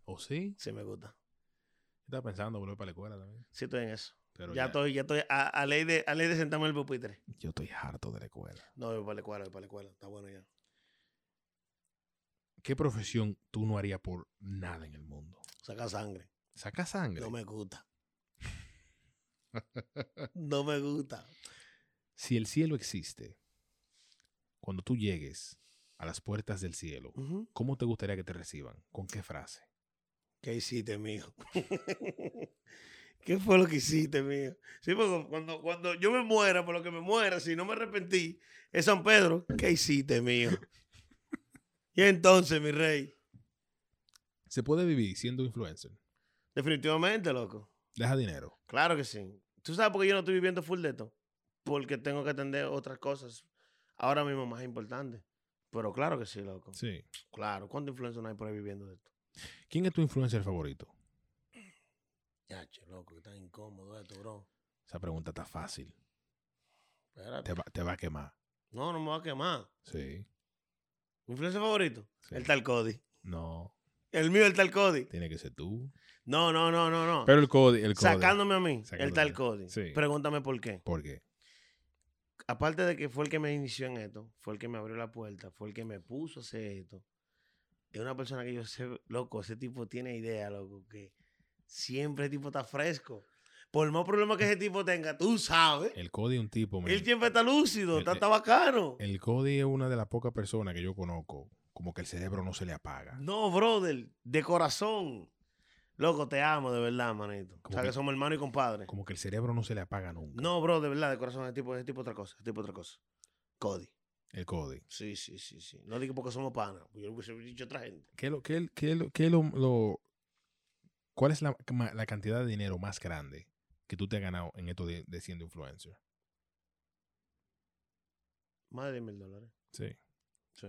Speaker 1: ¿O sí?
Speaker 2: Sí, me gusta.
Speaker 1: Estaba pensando volver para la escuela también.
Speaker 2: Sí, estoy en eso.
Speaker 1: Pero
Speaker 2: ya, estoy, ya estoy a, a ley de, a ley de sentarme en el pupitre.
Speaker 1: Yo estoy harto de la escuela.
Speaker 2: No, voy para la escuela, voy para la escuela. Está bueno ya.
Speaker 1: ¿Qué profesión tú no harías por nada en el mundo?
Speaker 2: Saca sangre.
Speaker 1: Saca sangre.
Speaker 2: No me gusta. No me gusta.
Speaker 1: Si el cielo existe, cuando tú llegues a las puertas del cielo,
Speaker 2: Ujú.
Speaker 1: ¿cómo te gustaría que te reciban? ¿Con qué frase?
Speaker 2: ¿Qué hiciste, mijo? ¿Qué fue lo que hiciste, mijo? Sí, porque cuando, cuando yo me muera, por lo que me muera, si no me arrepentí, es San Pedro. ¿Qué hiciste, mijo? Y entonces, mi rey,
Speaker 1: ¿Se puede vivir siendo influencer?
Speaker 2: definitivamente, loco.
Speaker 1: Deja dinero.
Speaker 2: Claro que sí. ¿Tú sabes por qué yo no estoy viviendo full de esto? Porque tengo que atender otras cosas ahora mismo más importantes. Pero claro que sí, loco.
Speaker 1: Sí.
Speaker 2: Claro. ¿Cuánto influencia no hay por ahí viviendo de esto?
Speaker 1: ¿Quién es tu influencer favorito?
Speaker 2: Ya, che, loco, que tan incómodo esto, bro.
Speaker 1: Esa pregunta está fácil.
Speaker 2: Espérate.
Speaker 1: Te va, te va a quemar.
Speaker 2: No, no me va a quemar.
Speaker 1: Sí.
Speaker 2: ¿Influencer favorito?
Speaker 1: Sí.
Speaker 2: El tal Cody.
Speaker 1: No,
Speaker 2: El mío, el tal Cody.
Speaker 1: tiene que ser tú.
Speaker 2: No, no, no, no, no.
Speaker 1: Pero el Cody, el Cody.
Speaker 2: Sacándome a mí, el
Speaker 1: Sacándote.
Speaker 2: tal Cody.
Speaker 1: Sí.
Speaker 2: Pregúntame por qué.
Speaker 1: ¿Por qué?
Speaker 2: Aparte de que fue el que me inició en esto, fue el que me abrió la puerta, fue el que me puso a hacer esto. Es una persona que yo sé, loco, ese tipo tiene idea, loco, que siempre el tipo está fresco. Por más problema que ese tipo tenga, tú sabes.
Speaker 1: El Cody es un tipo. men.
Speaker 2: Él siempre está lúcido,
Speaker 1: el-
Speaker 2: está,
Speaker 1: el-
Speaker 2: está bacano.
Speaker 1: El Cody es una de las pocas personas que yo conozco. Como que el cerebro no se le apaga.
Speaker 2: No, brother, de corazón. Loco, te amo, de verdad, manito. O
Speaker 1: Como
Speaker 2: sea,
Speaker 1: que-
Speaker 2: que somos hermano y compadre.
Speaker 1: Como que el cerebro no se le apaga nunca.
Speaker 2: No, bro, de verdad, de corazón, es tipo, es tipo otra cosa, es tipo otra cosa. Cody.
Speaker 1: El Cody.
Speaker 2: Sí, sí, sí, sí. No digo porque somos panas, yo lo hubiese dicho a otra gente.
Speaker 1: ¿Qué lo, qué, qué lo, qué lo, lo- ¿Cuál es la, ma- la cantidad de dinero más grande que tú te has ganado en esto de, de siendo influencer?
Speaker 2: Más de 10 mil dólares.
Speaker 1: Sí.
Speaker 2: Sí.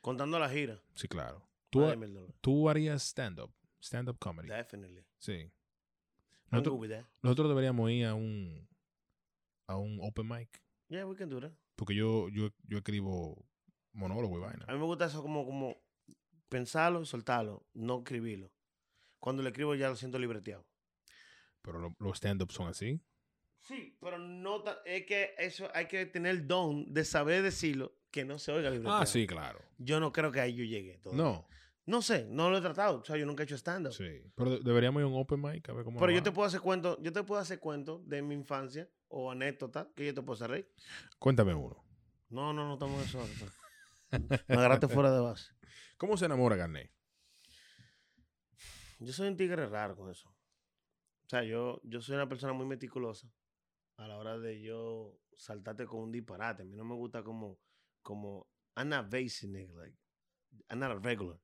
Speaker 2: Contando la gira,
Speaker 1: Sí, claro. ¿Tú,
Speaker 2: más de
Speaker 1: ha-
Speaker 2: mil dólares.
Speaker 1: tú harías stand-up? Stand-up comedy.
Speaker 2: Definitely.
Speaker 1: Sí.
Speaker 2: I'm
Speaker 1: Nosotros,
Speaker 2: good with that.
Speaker 1: nosotros deberíamos ir a un, a un open mic.
Speaker 2: Yeah, we can do that.
Speaker 1: Porque yo, yo, yo escribo monólogo y vaina.
Speaker 2: A mí me gusta eso como, como pensarlo, soltarlo, no escribirlo. Cuando lo escribo ya lo siento libreteado.
Speaker 1: Pero lo- los stand-ups son así.
Speaker 2: Sí, pero no ta- es que eso hay que tener el don de saber decirlo que no se oiga libreteado.
Speaker 1: Ah, sí, claro.
Speaker 2: Yo no creo que ahí yo llegue. todavía.
Speaker 1: No.
Speaker 2: No sé, no lo he tratado. O sea, yo nunca he hecho stand-up.
Speaker 1: Sí. Pero de- deberíamos ir a un open mic a ver cómo
Speaker 2: Pero
Speaker 1: nos
Speaker 2: yo
Speaker 1: va.
Speaker 2: te puedo hacer cuento, yo te puedo hacer cuento de mi infancia o anécdota que yo te puedo hacer reír.
Speaker 1: Cuéntame uno.
Speaker 2: No, no, no estamos en eso. ahora, pero- Me agarraste fuera de base.
Speaker 1: ¿Cómo se enamora Garnet?
Speaker 2: Yo soy un tigre raro con eso. O sea, yo, yo soy una persona muy meticulosa a la hora de yo saltarte con un disparate. A mí no me gusta como, como, I'm not basic, nigga, like, I'm not a regular,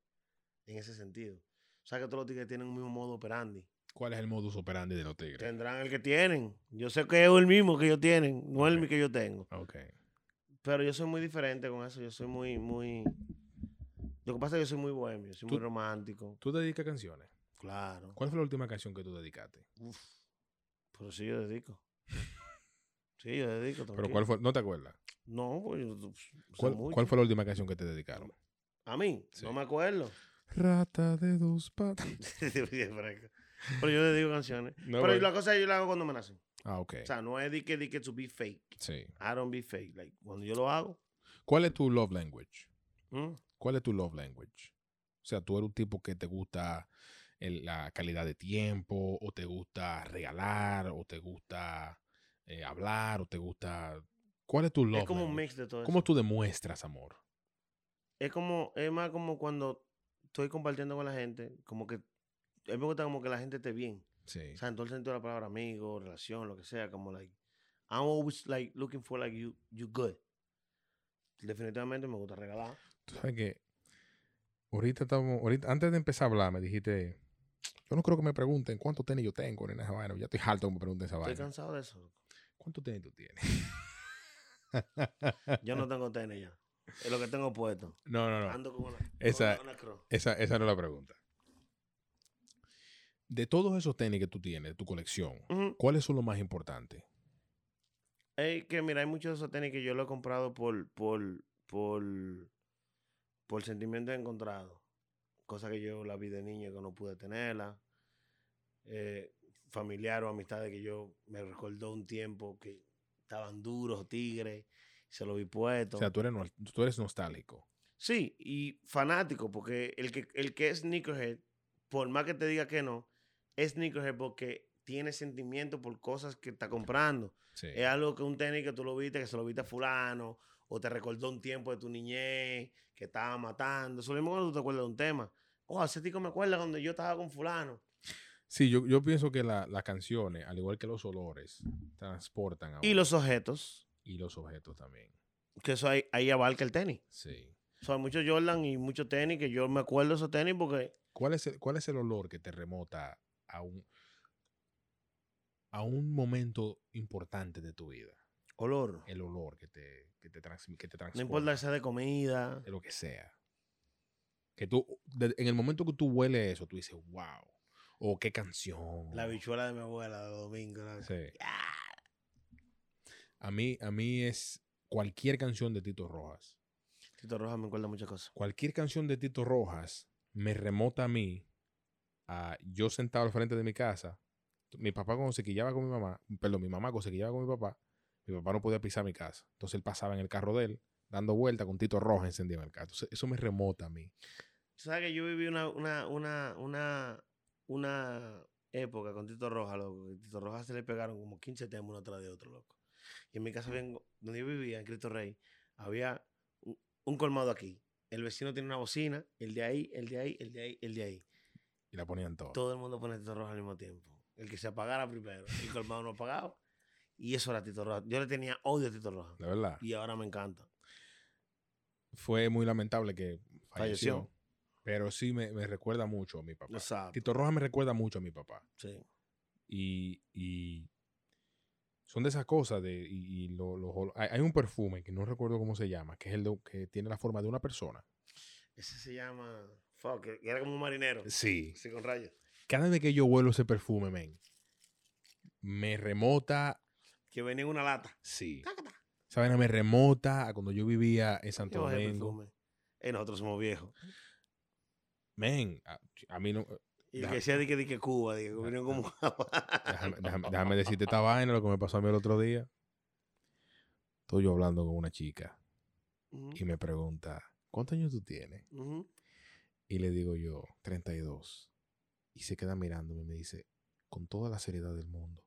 Speaker 2: en ese sentido. O sea, que todos los tigres tienen un mismo modo operandi.
Speaker 1: ¿Cuál es el modus operandi de los tigres?
Speaker 2: Tendrán el que tienen. Yo sé que es el mismo que ellos tienen, no el
Speaker 1: Ok.
Speaker 2: que yo tengo.
Speaker 1: Ok.
Speaker 2: Pero yo soy muy diferente con eso. Yo soy muy, muy. Lo que pasa es que yo soy muy bohemio, soy muy
Speaker 1: Tú-
Speaker 2: romántico.
Speaker 1: ¿Tú te dedicas a canciones?
Speaker 2: Claro.
Speaker 1: ¿Cuál fue la última canción que tú dedicaste?
Speaker 2: Uf. Pero sí yo dedico. Sí, yo dedico
Speaker 1: Pero
Speaker 2: tranquilo.
Speaker 1: ¿cuál fue? ¿No te acuerdas?
Speaker 2: No, pues. yo- yo- sé
Speaker 1: ¿Cuál,
Speaker 2: mucho.
Speaker 1: cuál fue la última canción que te dedicaron?
Speaker 2: A mí,
Speaker 1: Sí.
Speaker 2: no me acuerdo.
Speaker 1: Rata de dos patas.
Speaker 2: Qué fresco. Pero yo dedico canciones.
Speaker 1: No, pues.
Speaker 2: Pero
Speaker 1: pero-
Speaker 2: la cosa yo la hago cuando me nace.
Speaker 1: Ah, ok.
Speaker 2: O sea, no es de que, de que to be fake.
Speaker 1: Sí.
Speaker 2: I don't be fake. Like, cuando yo lo hago.
Speaker 1: ¿Cuál es tu love language?
Speaker 2: ¿Mm?
Speaker 1: ¿Cuál es tu love language? O sea, tú eres un tipo que te gusta el- la calidad de tiempo, o te gusta regalar, o te gusta eh, hablar, o te gusta. ¿Cuál es tu love
Speaker 2: Es como un
Speaker 1: language?
Speaker 2: mix de todo
Speaker 1: ¿Cómo
Speaker 2: eso.
Speaker 1: tú demuestras amor?
Speaker 2: Es como, es más como cuando estoy compartiendo con la gente, como que. A mí me gusta como que la gente esté bien.
Speaker 1: Sí.
Speaker 2: O sea, en todo el sentido de la palabra, amigo, relación, lo que sea, como like. I'm always like looking for like you, you good. Definitivamente me gusta regalar.
Speaker 1: Tú sabes que ahorita estamos, ahorita, antes de empezar a hablar, me dijiste, yo no creo que me pregunten cuánto tenis yo tengo ni nada de esa vaina. Ya estoy harto que me pregunten esa
Speaker 2: Estoy
Speaker 1: vaina.
Speaker 2: cansado de eso.
Speaker 1: ¿Cuánto tenis tú tienes?
Speaker 2: Yo no tengo tenis ya. Es lo que tengo puesto.
Speaker 1: No, no, no.
Speaker 2: Ando con una,
Speaker 1: Esa-
Speaker 2: con una- una croc.
Speaker 1: Esa, esa no es la pregunta. De todos esos tenis que tú tienes, de tu colección,
Speaker 2: Ujú.
Speaker 1: ¿cuáles son los más importantes?
Speaker 2: Ey, que mira, hay muchos de esos tenis que yo lo he comprado por, por, por, por sentimientos encontrados. Cosas que yo la vi de niño que no pude tenerla. Eh, familiar o amistades que yo me recordó un tiempo que estaban duros, tigres, se lo vi puesto.
Speaker 1: O sea, tú eres, no- tú eres nostálgico.
Speaker 2: Sí, y fanático, porque el que, el que es sneakerhead, por más que te diga que no, es sneakerhead porque tiene sentimiento por cosas que está comprando.
Speaker 1: Sí.
Speaker 2: Es algo que un tenis que tú lo viste, que se lo viste a fulano, o te recordó un tiempo de tu niñez, que estaba matando. Eso es lo mismo cuando tú te acuerdas de un tema. Oh, ese tico me acuerda cuando yo estaba con fulano.
Speaker 1: Sí, yo, yo pienso que la- las canciones, al igual que los olores, transportan a
Speaker 2: Y
Speaker 1: uno.
Speaker 2: los objetos,
Speaker 1: Y los objetos también.
Speaker 2: que eso ahí, ahí abarca el tenis.
Speaker 1: Sí.
Speaker 2: O sea, hay muchos Jordan y muchos tenis que yo me acuerdo de esos tenis porque
Speaker 1: ¿Cuál es el, cuál es el olor que te remota a un, a un momento importante de tu vida?
Speaker 2: olor.
Speaker 1: El olor que te, que te, transmi- que te
Speaker 2: No importa
Speaker 1: transporta.
Speaker 2: que sea de comida.
Speaker 1: de lo que sea. Que tú, de- en el momento que tú hueles eso, tú dices, wow. O qué canción.
Speaker 2: La bichuela de mi abuela los domingos. ¿no?
Speaker 1: Sí. A mí, a mí es cualquier canción de Tito Rojas.
Speaker 2: Tito Rojas me acuerda muchas cosas.
Speaker 1: Cualquier canción de Tito Rojas me remota a mí, a yo sentado al frente de mi casa, mi papá cuando se quillaba con mi mamá, perdón, mi mamá cuando se quillaba con mi papá, mi papá no podía pisar mi casa. Entonces él pasaba en el carro de él, dando vuelta con Tito Rojas encendido en el carro. Entonces eso me remota a mí.
Speaker 2: ¿Sabes que yo viví una, una, una, una, una época con Tito Rojas, loco? que Tito Rojas se le pegaron como 15 temas uno tras de otro, loco. Y en mi casa, había un- donde yo vivía, en Cristo Rey, había un, un colmado aquí. El vecino tiene una bocina, el de ahí, el de ahí, el de ahí, el de ahí.
Speaker 1: Y la ponían todo.
Speaker 2: Todo el mundo pone Tito Rojas al mismo tiempo. El que se apagara primero, el colmado no apagaba. Y eso era Tito Rojas. Yo le tenía odio a Tito Rojas.
Speaker 1: La verdad.
Speaker 2: Y ahora me encanta.
Speaker 1: Fue muy lamentable que falleció.
Speaker 2: Falleció.
Speaker 1: Pero sí me, me recuerda mucho a mi papá.
Speaker 2: Exacto.
Speaker 1: Tito Rojas me recuerda mucho a mi papá.
Speaker 2: Sí.
Speaker 1: Y, y son de esas cosas de... Y, y lo- los ol- hay, hay un perfume que no recuerdo cómo se llama, que es el de- que tiene la forma de una persona.
Speaker 2: Ese se llama. Fuck, que era como un marinero.
Speaker 1: Sí.
Speaker 2: Sí, con rayas.
Speaker 1: Cada vez que yo huelo ese perfume, men, me remota...
Speaker 2: Que venía en una lata.
Speaker 1: Sí.
Speaker 2: Tácata.
Speaker 1: Esa vaina me remota a cuando yo vivía en Santo
Speaker 2: Yo bajé el
Speaker 1: Domingo.
Speaker 2: perfume. Eh, nosotros somos viejos.
Speaker 1: Men, a, a mí no...
Speaker 2: Y el
Speaker 1: Déjame-
Speaker 2: que decía de que, de que Cuba, de que
Speaker 1: Déjame-
Speaker 2: vinieron como.
Speaker 1: Déjame, déjame- déjame decirte esta vaina, lo que me pasó a mí el otro día. Estoy yo hablando con una chica
Speaker 2: Ujú,
Speaker 1: y me pregunta, ¿cuántos años tú tienes?
Speaker 2: ujú.
Speaker 1: Y le digo yo, 32. Y se queda mirándome y me dice, con toda la seriedad del mundo,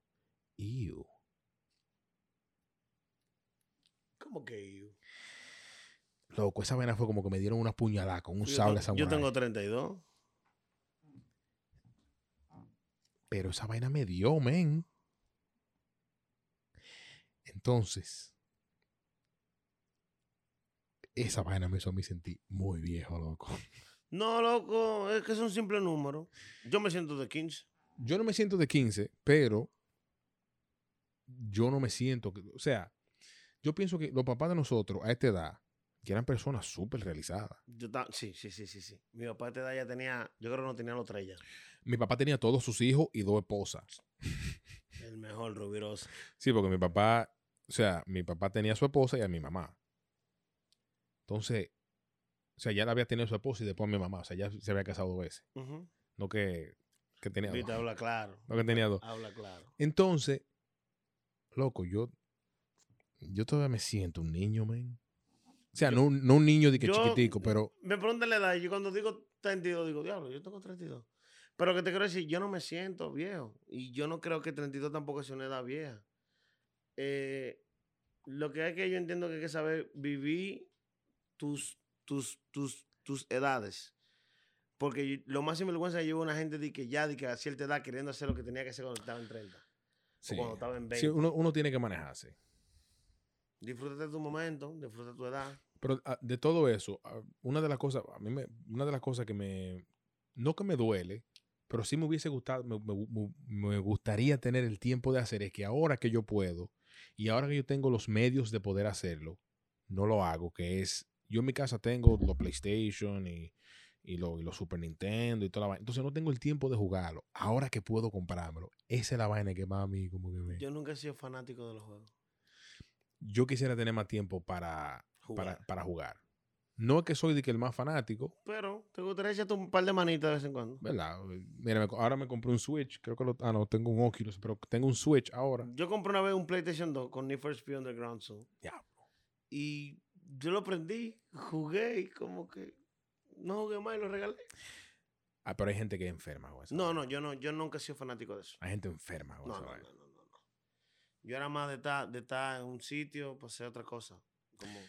Speaker 1: "Ew".
Speaker 2: ¿Cómo que yo?
Speaker 1: Loco, esa vaina fue como que me dieron una puñalada con un
Speaker 2: Yo
Speaker 1: sable
Speaker 2: tengo-
Speaker 1: samurái.
Speaker 2: Yo tengo 32.
Speaker 1: Pero esa vaina me dio, men. Entonces, esa vaina me hizo a mí sentir muy viejo, loco.
Speaker 2: No, loco, es que es un simple número. Yo me siento de 15.
Speaker 1: yo no me siento de 15, pero yo no me siento, que- o sea, yo pienso que los papás de nosotros a esta edad, que eran personas súper realizadas.
Speaker 2: Yo ta- Sí, sí, sí, sí, sí. Mi papá te da ya tenía. Yo creo que no tenía los tres ya.
Speaker 1: Mi papá tenía todos sus hijos y dos esposas.
Speaker 2: El mejor, Rubirosa.
Speaker 1: Sí, porque mi papá o sea, mi papá tenía a su esposa y a mi mamá. Entonces, o sea, ya la había tenido a su esposa y después a mi mamá. O sea, ya se había casado dos veces.
Speaker 2: Ujú.
Speaker 1: No que, que tenía
Speaker 2: Viste,
Speaker 1: dos.
Speaker 2: habla claro.
Speaker 1: No que tenía dos.
Speaker 2: Habla claro.
Speaker 1: Entonces, loco, yo, yo todavía me siento un niño, men. O sea, no, un- no un niño de que
Speaker 2: yo-
Speaker 1: chiquitico, pero
Speaker 2: Me preguntan la edad y yo cuando digo 32 digo, diablo, yo tengo 32. Pero que te quiero decir, yo no me siento viejo y yo no creo que 32 tampoco sea una edad vieja. Eh, lo que hay que yo entiendo que hay que saber vivir tus, tus, tus, tus edades. Porque yo- lo más sinvergüenza que llevo una gente de que ya, de que a cierta edad queriendo hacer lo que tenía que hacer cuando estaba en 30.
Speaker 1: sí.
Speaker 2: O cuando estaba en 20.
Speaker 1: Sí, uno, uno tiene que manejarse.
Speaker 2: Disfrútate tu momento, disfruta tu edad.
Speaker 1: Pero ah, de todo eso, ah, una de las cosas, a mí me, una de las cosas que me, no que me duele, pero sí me hubiese gustado, me, me- me- me gustaría tener el tiempo de hacer es que ahora que yo puedo y ahora que yo tengo los medios de poder hacerlo, no lo hago, que es, yo en mi casa tengo los PlayStation y, y los y los Super Nintendo y toda la vaina, entonces no tengo el tiempo de jugarlo, ahora que puedo comprármelo, esa es la vaina que más a mí como que me- Yo,
Speaker 2: Yo nunca he sido fanático de los juegos.
Speaker 1: quisiera tener más tiempo para para,
Speaker 2: Jugar.
Speaker 1: para jugar. No es que soy de que el más fanático,
Speaker 2: Pero te gustaría echarte un par de manitas de vez en cuando.
Speaker 1: ¿verdad? Mira, me co- ahora me compré un Switch, creo que lo... Ah, no, tengo un Oculus, pero tengo un Switch ahora.
Speaker 2: Yo compré una vez un PlayStation 2 con Need for Speed Underground Zone.
Speaker 1: Diablo.
Speaker 2: Y yo lo prendí, jugué y como que no jugué más y lo regalé.
Speaker 1: Ah, pero hay gente que es enferma con eso.
Speaker 2: No, no, yo no, yo nunca he sido fanático de eso.
Speaker 1: Hay gente enferma con
Speaker 2: No, no,
Speaker 1: eso.
Speaker 2: no, no, no, no. Yo era más de estar, de estar en un sitio, pues hacer otra cosa. Como,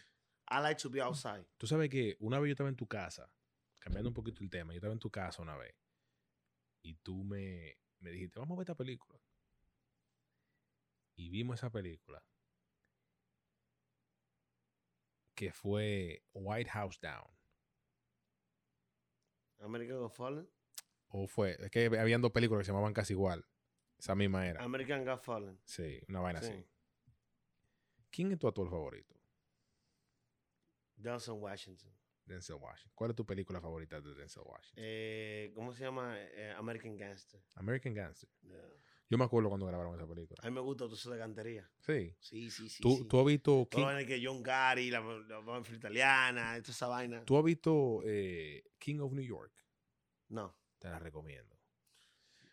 Speaker 2: I like to be outside.
Speaker 1: Tú sabes que una vez yo estaba en tu casa, cambiando un poquito el tema, yo estaba en tu casa una vez y tú me, me dijiste, vamos a ver esta película. Y vimos esa película que fue White House Down.
Speaker 2: American Godfather.
Speaker 1: O fue, es que habían dos películas que se llamaban casi igual. Esa misma era.
Speaker 2: American Godfather.
Speaker 1: Sí, una vaina
Speaker 2: Ah, Sí.
Speaker 1: así. ¿Quién es tu actor favorito?
Speaker 2: Delson Washington.
Speaker 1: Denzel Washington. ¿Cuál es tu película favorita de Denzel Washington?
Speaker 2: Eh, ¿Cómo se llama? Eh, American Gangster.
Speaker 1: American Gangster.
Speaker 2: Yeah.
Speaker 1: Yo me acuerdo cuando grabaron esa película.
Speaker 2: A mí me gusta todo eso de cantería.
Speaker 1: Sí.
Speaker 2: Sí, Ah, sí, sí.
Speaker 1: ¿Tú,
Speaker 2: sí.
Speaker 1: tú has visto,
Speaker 2: Toda
Speaker 1: King-
Speaker 2: la vaina que John Gary, la, la banfla italiana, toda esa vaina.
Speaker 1: tú has visto eh, King of New York?
Speaker 2: No.
Speaker 1: Te la recomiendo.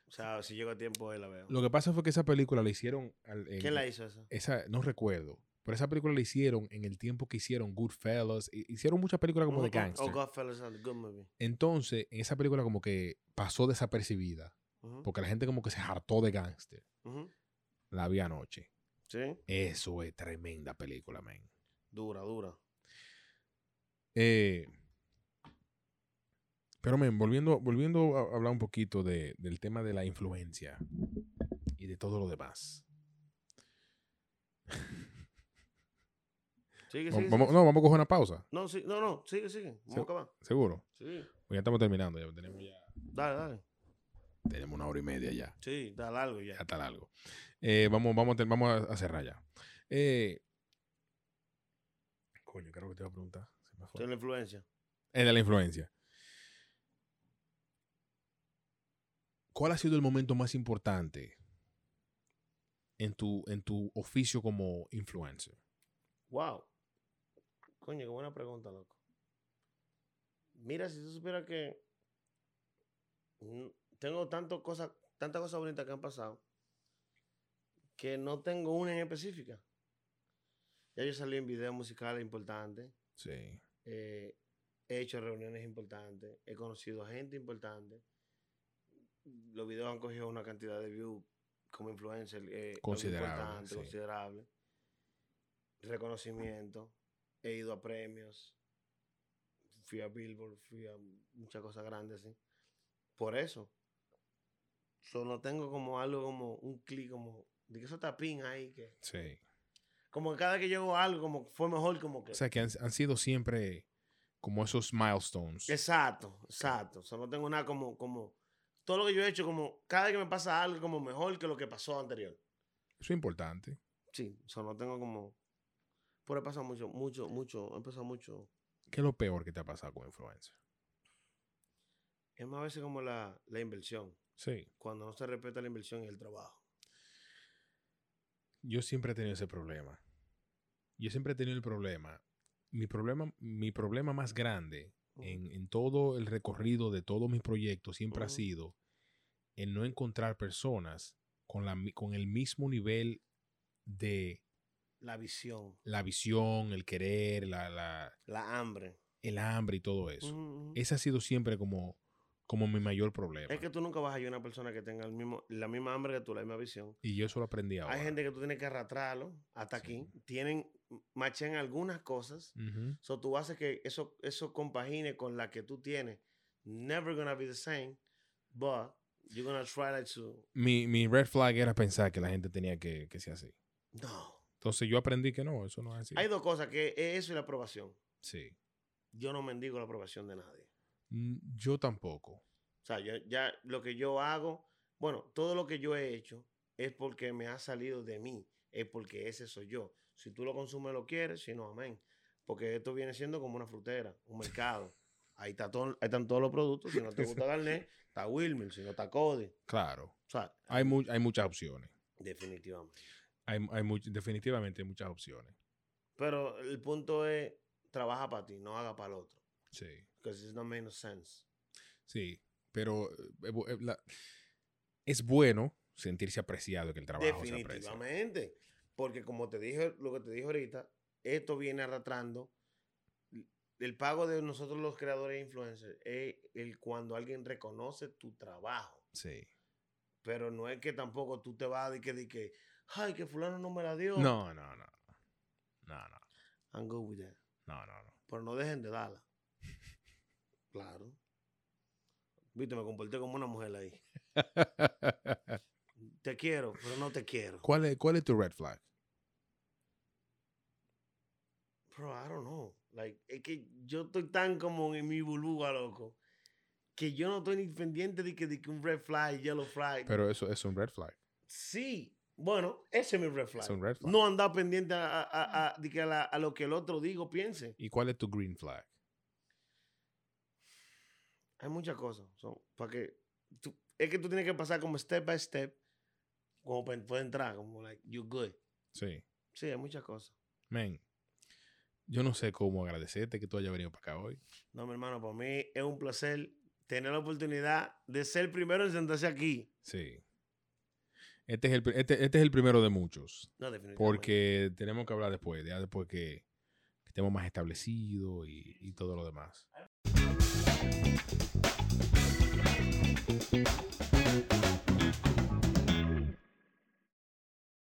Speaker 2: O sea, si llega a tiempo, él la veo.
Speaker 1: Lo que pasa fue que esa película la hicieron... al- en-
Speaker 2: ¿Quién la hizo esa?
Speaker 1: Esa, no recuerdo. Pero esa película la hicieron en el tiempo que hicieron Goodfellas. hi- Hicieron muchas películas como de
Speaker 2: Ujú,
Speaker 1: gangster.
Speaker 2: Oh, Godfellas, and good movie.
Speaker 1: Entonces, en esa película como que pasó desapercibida.
Speaker 2: Ujú,
Speaker 1: Porque la gente como que se hartó de gangster.
Speaker 2: ujú.
Speaker 1: La vi anoche.
Speaker 2: Sí,
Speaker 1: Eso es tremenda película, man.
Speaker 2: dura, dura.
Speaker 1: Eh, pero, men, volviendo, volviendo a hablar un poquito de- del tema de la influencia y de todo lo demás.
Speaker 2: Sigue,
Speaker 1: Va-
Speaker 2: sigue.
Speaker 1: vamos-
Speaker 2: sigue.
Speaker 1: no, vamos a coger una pausa,
Speaker 2: No, sí, no, no, sigue, sigue. Vamos
Speaker 1: Sí.
Speaker 2: a acabar.
Speaker 1: seguro.
Speaker 2: Sí,
Speaker 1: Pues ya estamos terminando, ya tenemos, ya-
Speaker 2: dale, dale.
Speaker 1: tenemos una hora y media ya.
Speaker 2: Sí, está largo ya.
Speaker 1: Ya está largo. Eh, vamos, vamos, a, ter- vamos a- a cerrar ya. Eh, coño, creo que te iba a preguntar. Se me fue.
Speaker 2: Tiene la influencia.
Speaker 1: El de la influencia. ¿Cuál ha sido el momento más importante en tu, en tu oficio como influencer?
Speaker 2: Wow. Coño, qué buena pregunta, loco. Mira, si tú supieras que mm, tengo tanto cosas, tantas cosas bonitas que han pasado, que no tengo una en específica. Ya yo salí en videos musicales importantes,
Speaker 1: Sí.
Speaker 2: eh, he hecho reuniones importantes, he conocido gente importante. Los videos han cogido una cantidad de views como influencer eh, algo
Speaker 1: Considerable,
Speaker 2: importante,
Speaker 1: sí.
Speaker 2: considerable. Reconocimiento, he ido a premios, fui a Billboard, fui a muchas cosas grandes, sí. Por eso, solo tengo como algo como un clic, como de que eso tapín ahí, que
Speaker 1: Sí.
Speaker 2: como que cada que llegó algo, como fue mejor, como que.
Speaker 1: O sea, que han, han sido siempre como esos milestones.
Speaker 2: Exacto, exacto. O sea, no tengo nada como, como, todo lo que yo he hecho, como, cada vez que me pasa algo, como mejor que lo que pasó anterior.
Speaker 1: Eso es importante.
Speaker 2: Sí, o sea, no tengo como, pero he pasado mucho, mucho, mucho, he pasado mucho.
Speaker 1: ¿Qué es lo peor que te ha pasado como influencer?
Speaker 2: Es más a veces como la, la inversión,
Speaker 1: Sí.
Speaker 2: cuando no se respeta la inversión y el trabajo.
Speaker 1: Yo siempre he tenido ese problema. yo siempre he tenido el problema. Mi problema, mi problema más grande en, en todo el recorrido de todos mis proyectos siempre ha
Speaker 2: Ujú.
Speaker 1: sido el no encontrar personas con, la, mi- con el mismo nivel de
Speaker 2: La visión,
Speaker 1: la visión, el querer, la, la-
Speaker 2: la hambre.
Speaker 1: el hambre y todo eso.
Speaker 2: Ujú, ujú.
Speaker 1: Ese ha sido siempre como, como mi mayor problema.
Speaker 2: Es que tú nunca vas a hallar una persona que tenga el mismo, la misma hambre que tú, la misma visión.
Speaker 1: Y yo eso lo aprendí ahora.
Speaker 2: Hay gente que tú tienes que arrastrarlo hasta
Speaker 1: Sí.
Speaker 2: aquí. Tienen, machan algunas cosas.
Speaker 1: Ujú.
Speaker 2: So tú haces que eso, eso compagine con la que tú tienes. Never gonna be the same, but you're gonna try like to.
Speaker 1: mi, mi red flag era pensar que la gente tenía que, que ser así.
Speaker 2: No.
Speaker 1: Entonces yo aprendí que no, eso no es así.
Speaker 2: Hay dos cosas que es eso y la aprobación.
Speaker 1: Sí.
Speaker 2: Yo no mendigo la aprobación de nadie.
Speaker 1: Mm, Yo tampoco.
Speaker 2: O sea, yo- ya lo que yo hago, bueno, todo lo que yo he hecho es porque me ha salido de mí, es porque ese soy yo. Si tú lo consumes, lo quieres, si no, amén. Porque esto viene siendo como una frutera, un mercado. Ahí, está todo, ahí están todos los productos. Si no te gusta Garnet, está Wilmer, si no está Cody. O
Speaker 1: Claro.
Speaker 2: sea,
Speaker 1: Hay, mu- hay muchas opciones.
Speaker 2: definitivamente.
Speaker 1: Hay, hay much- definitivamente hay muchas opciones.
Speaker 2: Pero el punto es, trabaja para ti, no haga para el otro.
Speaker 1: Sí.
Speaker 2: Because it's no menos sense.
Speaker 1: Sí. Pero eh, bu- eh, la- es bueno sentirse apreciado y que el trabajo se aprecia.
Speaker 2: Definitivamente. Porque como te dije, lo que te dije ahorita, esto viene arrastrando. El pago de nosotros los creadores e influencers es el cuando alguien reconoce tu trabajo.
Speaker 1: Sí.
Speaker 2: Pero no es que tampoco tú te vas de que, de que ay, que fulano no me la dio.
Speaker 1: No, no, no. No, no.
Speaker 2: I'm good with that.
Speaker 1: No, no, no.
Speaker 2: Pero no dejen de darla. Claro. Viste, me comporté como una mujer ahí. Te quiero, pero no te quiero.
Speaker 1: ¿Cuál es, ¿Cuál es tu red flag?
Speaker 2: Bro, I don't know. Like, es que yo estoy tan como en mi burbuja, loco, que yo no estoy ni pendiente de que, de que un red flag, yellow flag.
Speaker 1: Pero eso es un red flag.
Speaker 2: sí, bueno, ese es mi red flag.
Speaker 1: Es un red flag.
Speaker 2: No andar pendiente a, a- a- a- de que a la- a lo que el otro digo piense.
Speaker 1: ¿Y cuál es tu green flag?
Speaker 2: Hay muchas cosas. So, para que tú- es que tú tienes que pasar como step by step, como para poder entrar, como like, you're good.
Speaker 1: Sí.
Speaker 2: Sí, hay muchas cosas.
Speaker 1: Men, yo no sé cómo agradecerte que tú hayas venido para acá hoy.
Speaker 2: No, mi hermano, para mí es un placer tener la oportunidad de ser el primero en sentarse aquí.
Speaker 1: Sí. Este es el, pri- este, este es el primero de muchos.
Speaker 2: No, definitivamente.
Speaker 1: Porque tenemos que hablar después, ya después que, que estemos más establecidos y, y todo lo demás.